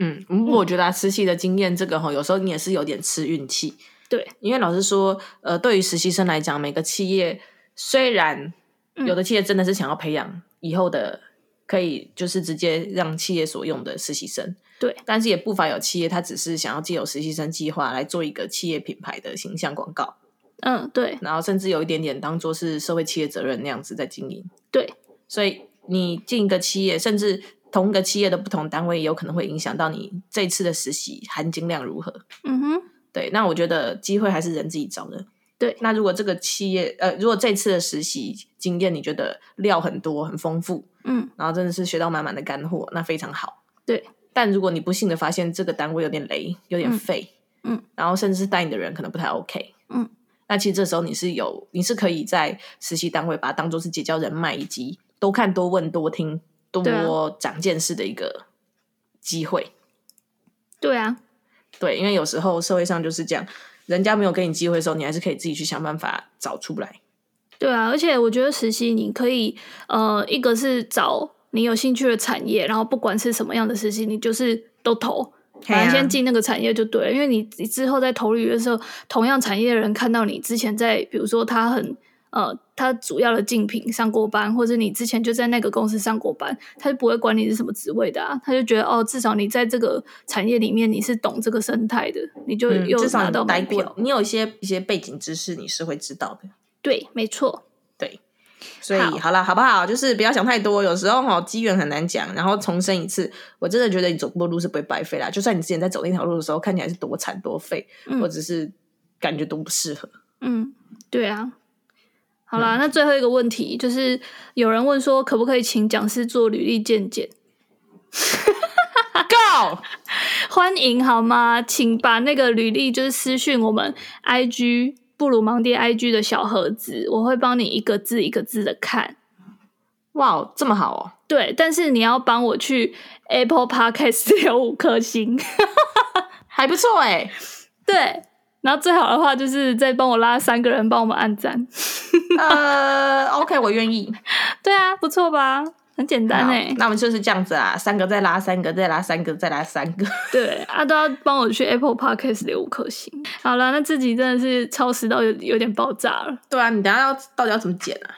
Speaker 2: 嗯，我觉得、啊、实习的经验这个哈，有时候你也是有点吃运气。
Speaker 1: 对，
Speaker 2: 因为老实说，呃，对于实习生来讲，每个企业虽然
Speaker 1: 嗯
Speaker 2: 有的企业真的是想要培养以后的，可以就是直接让企业所用的实习生，
Speaker 1: 对，
Speaker 2: 但是也不乏有企业他只是想要借由实习生计划来做一个企业品牌的形象广告，
Speaker 1: 嗯，对
Speaker 2: 然后甚至有一点点当做是社会企业责任那样子在经营。
Speaker 1: 对，
Speaker 2: 所以你进一个企业，甚至同一个企业的不同单位，也有可能会影响到你这次的实习含金量如何。
Speaker 1: 嗯哼，
Speaker 2: 对，那我觉得机会还是人自己找的。
Speaker 1: 对
Speaker 2: 那如果这个企业，呃，如果这次的实习经验你觉得料很多、很丰富，
Speaker 1: 嗯，
Speaker 2: 然后真的是学到满满的干货，那非常好。
Speaker 1: 对，
Speaker 2: 但如果你不幸的发现这个单位有点雷，有点
Speaker 1: 嗯
Speaker 2: 废，
Speaker 1: 嗯
Speaker 2: 然后甚至是带你的人可能不太 OK，
Speaker 1: 嗯，
Speaker 2: 那其实这时候你是有，你是可以在实习单位把它当做是结交人脉以及多看、多问、多听、
Speaker 1: 对啊
Speaker 2: 多长见识的一个机会。
Speaker 1: 对啊，
Speaker 2: 对，因为有时候社会上就是这样，人家没有给你机会的时候，你还是可以自己去想办法找出来。
Speaker 1: 对啊，而且我觉得实习你可以，呃，一个是找你有兴趣的产业，然后不管是什么样的实习，你就是都投，反正先
Speaker 2: 啊
Speaker 1: 进那个产业就对了，因为你你之后在投履的时候，同样产业的人看到你之前在，比如说他很呃，他主要的竞品上过班，或者你之前就在那个公司上过班，他就不会管你是什么职位的啊，他就觉得哦，至少你在这个产业里面你是懂这个生态的，你就
Speaker 2: 嗯，
Speaker 1: 又
Speaker 2: 至少
Speaker 1: 拿
Speaker 2: 你
Speaker 1: 到
Speaker 2: 待
Speaker 1: 门票。
Speaker 2: 过，你有一些一些背景知识你是会知道的。
Speaker 1: 对，没错，
Speaker 2: 所以
Speaker 1: 好
Speaker 2: 好了，好不好？就是不要想太多，有时候哈机缘很难讲。然后重申一次，我真的觉得你走过的路是不会白费啦。就算你之前在走那条路的时候看起来是多惨多废，
Speaker 1: 嗯
Speaker 2: 或者是感觉都不适合，
Speaker 1: 嗯，对啊。好
Speaker 2: 嗯
Speaker 1: 啦，那最后一个问题就是，有人问说，可不可以请讲师做履历鉴检？啊
Speaker 2: Go！
Speaker 1: 欢迎好吗？请把那个履历就是私讯我们 IG 布鲁盲爹 IG 的小盒子，我会帮你一个字一个字的看。
Speaker 2: [LAUGHS] 哇，这么好哦！
Speaker 1: 对，但是你要帮我去 Apple Podcast [LAUGHS] 留五颗星，
Speaker 2: 还不错哎、
Speaker 1: 欸对，然后最好的话就是再帮我拉三个人帮我们按赞，
Speaker 2: 呃，OK，我
Speaker 1: [LAUGHS]
Speaker 2: 愿意。
Speaker 1: 对啊，不错吧？很简单
Speaker 2: 好
Speaker 1: 哎、
Speaker 2: 那我们就是这样子啊，三个再拉三个，再拉三个，再拉三个。 [LAUGHS]
Speaker 1: 对啊，都要帮我去 Apple Podcast 留五颗星。好了，那自己真的是超时到有有点爆炸了，
Speaker 2: 对啊，你等一下要到底要怎么剪啊？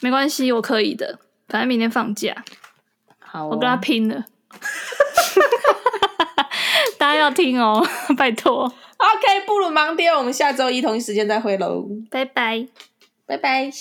Speaker 1: 没关系，我可以的，反正明天放假。
Speaker 2: 好、哦
Speaker 1: 我跟他拼了。 [LAUGHS] 大家要听哦， [LAUGHS] 拜托，
Speaker 2: OK，布鲁盲爹，我们下周一同一时间再会喽，
Speaker 1: 拜拜。
Speaker 2: 拜拜。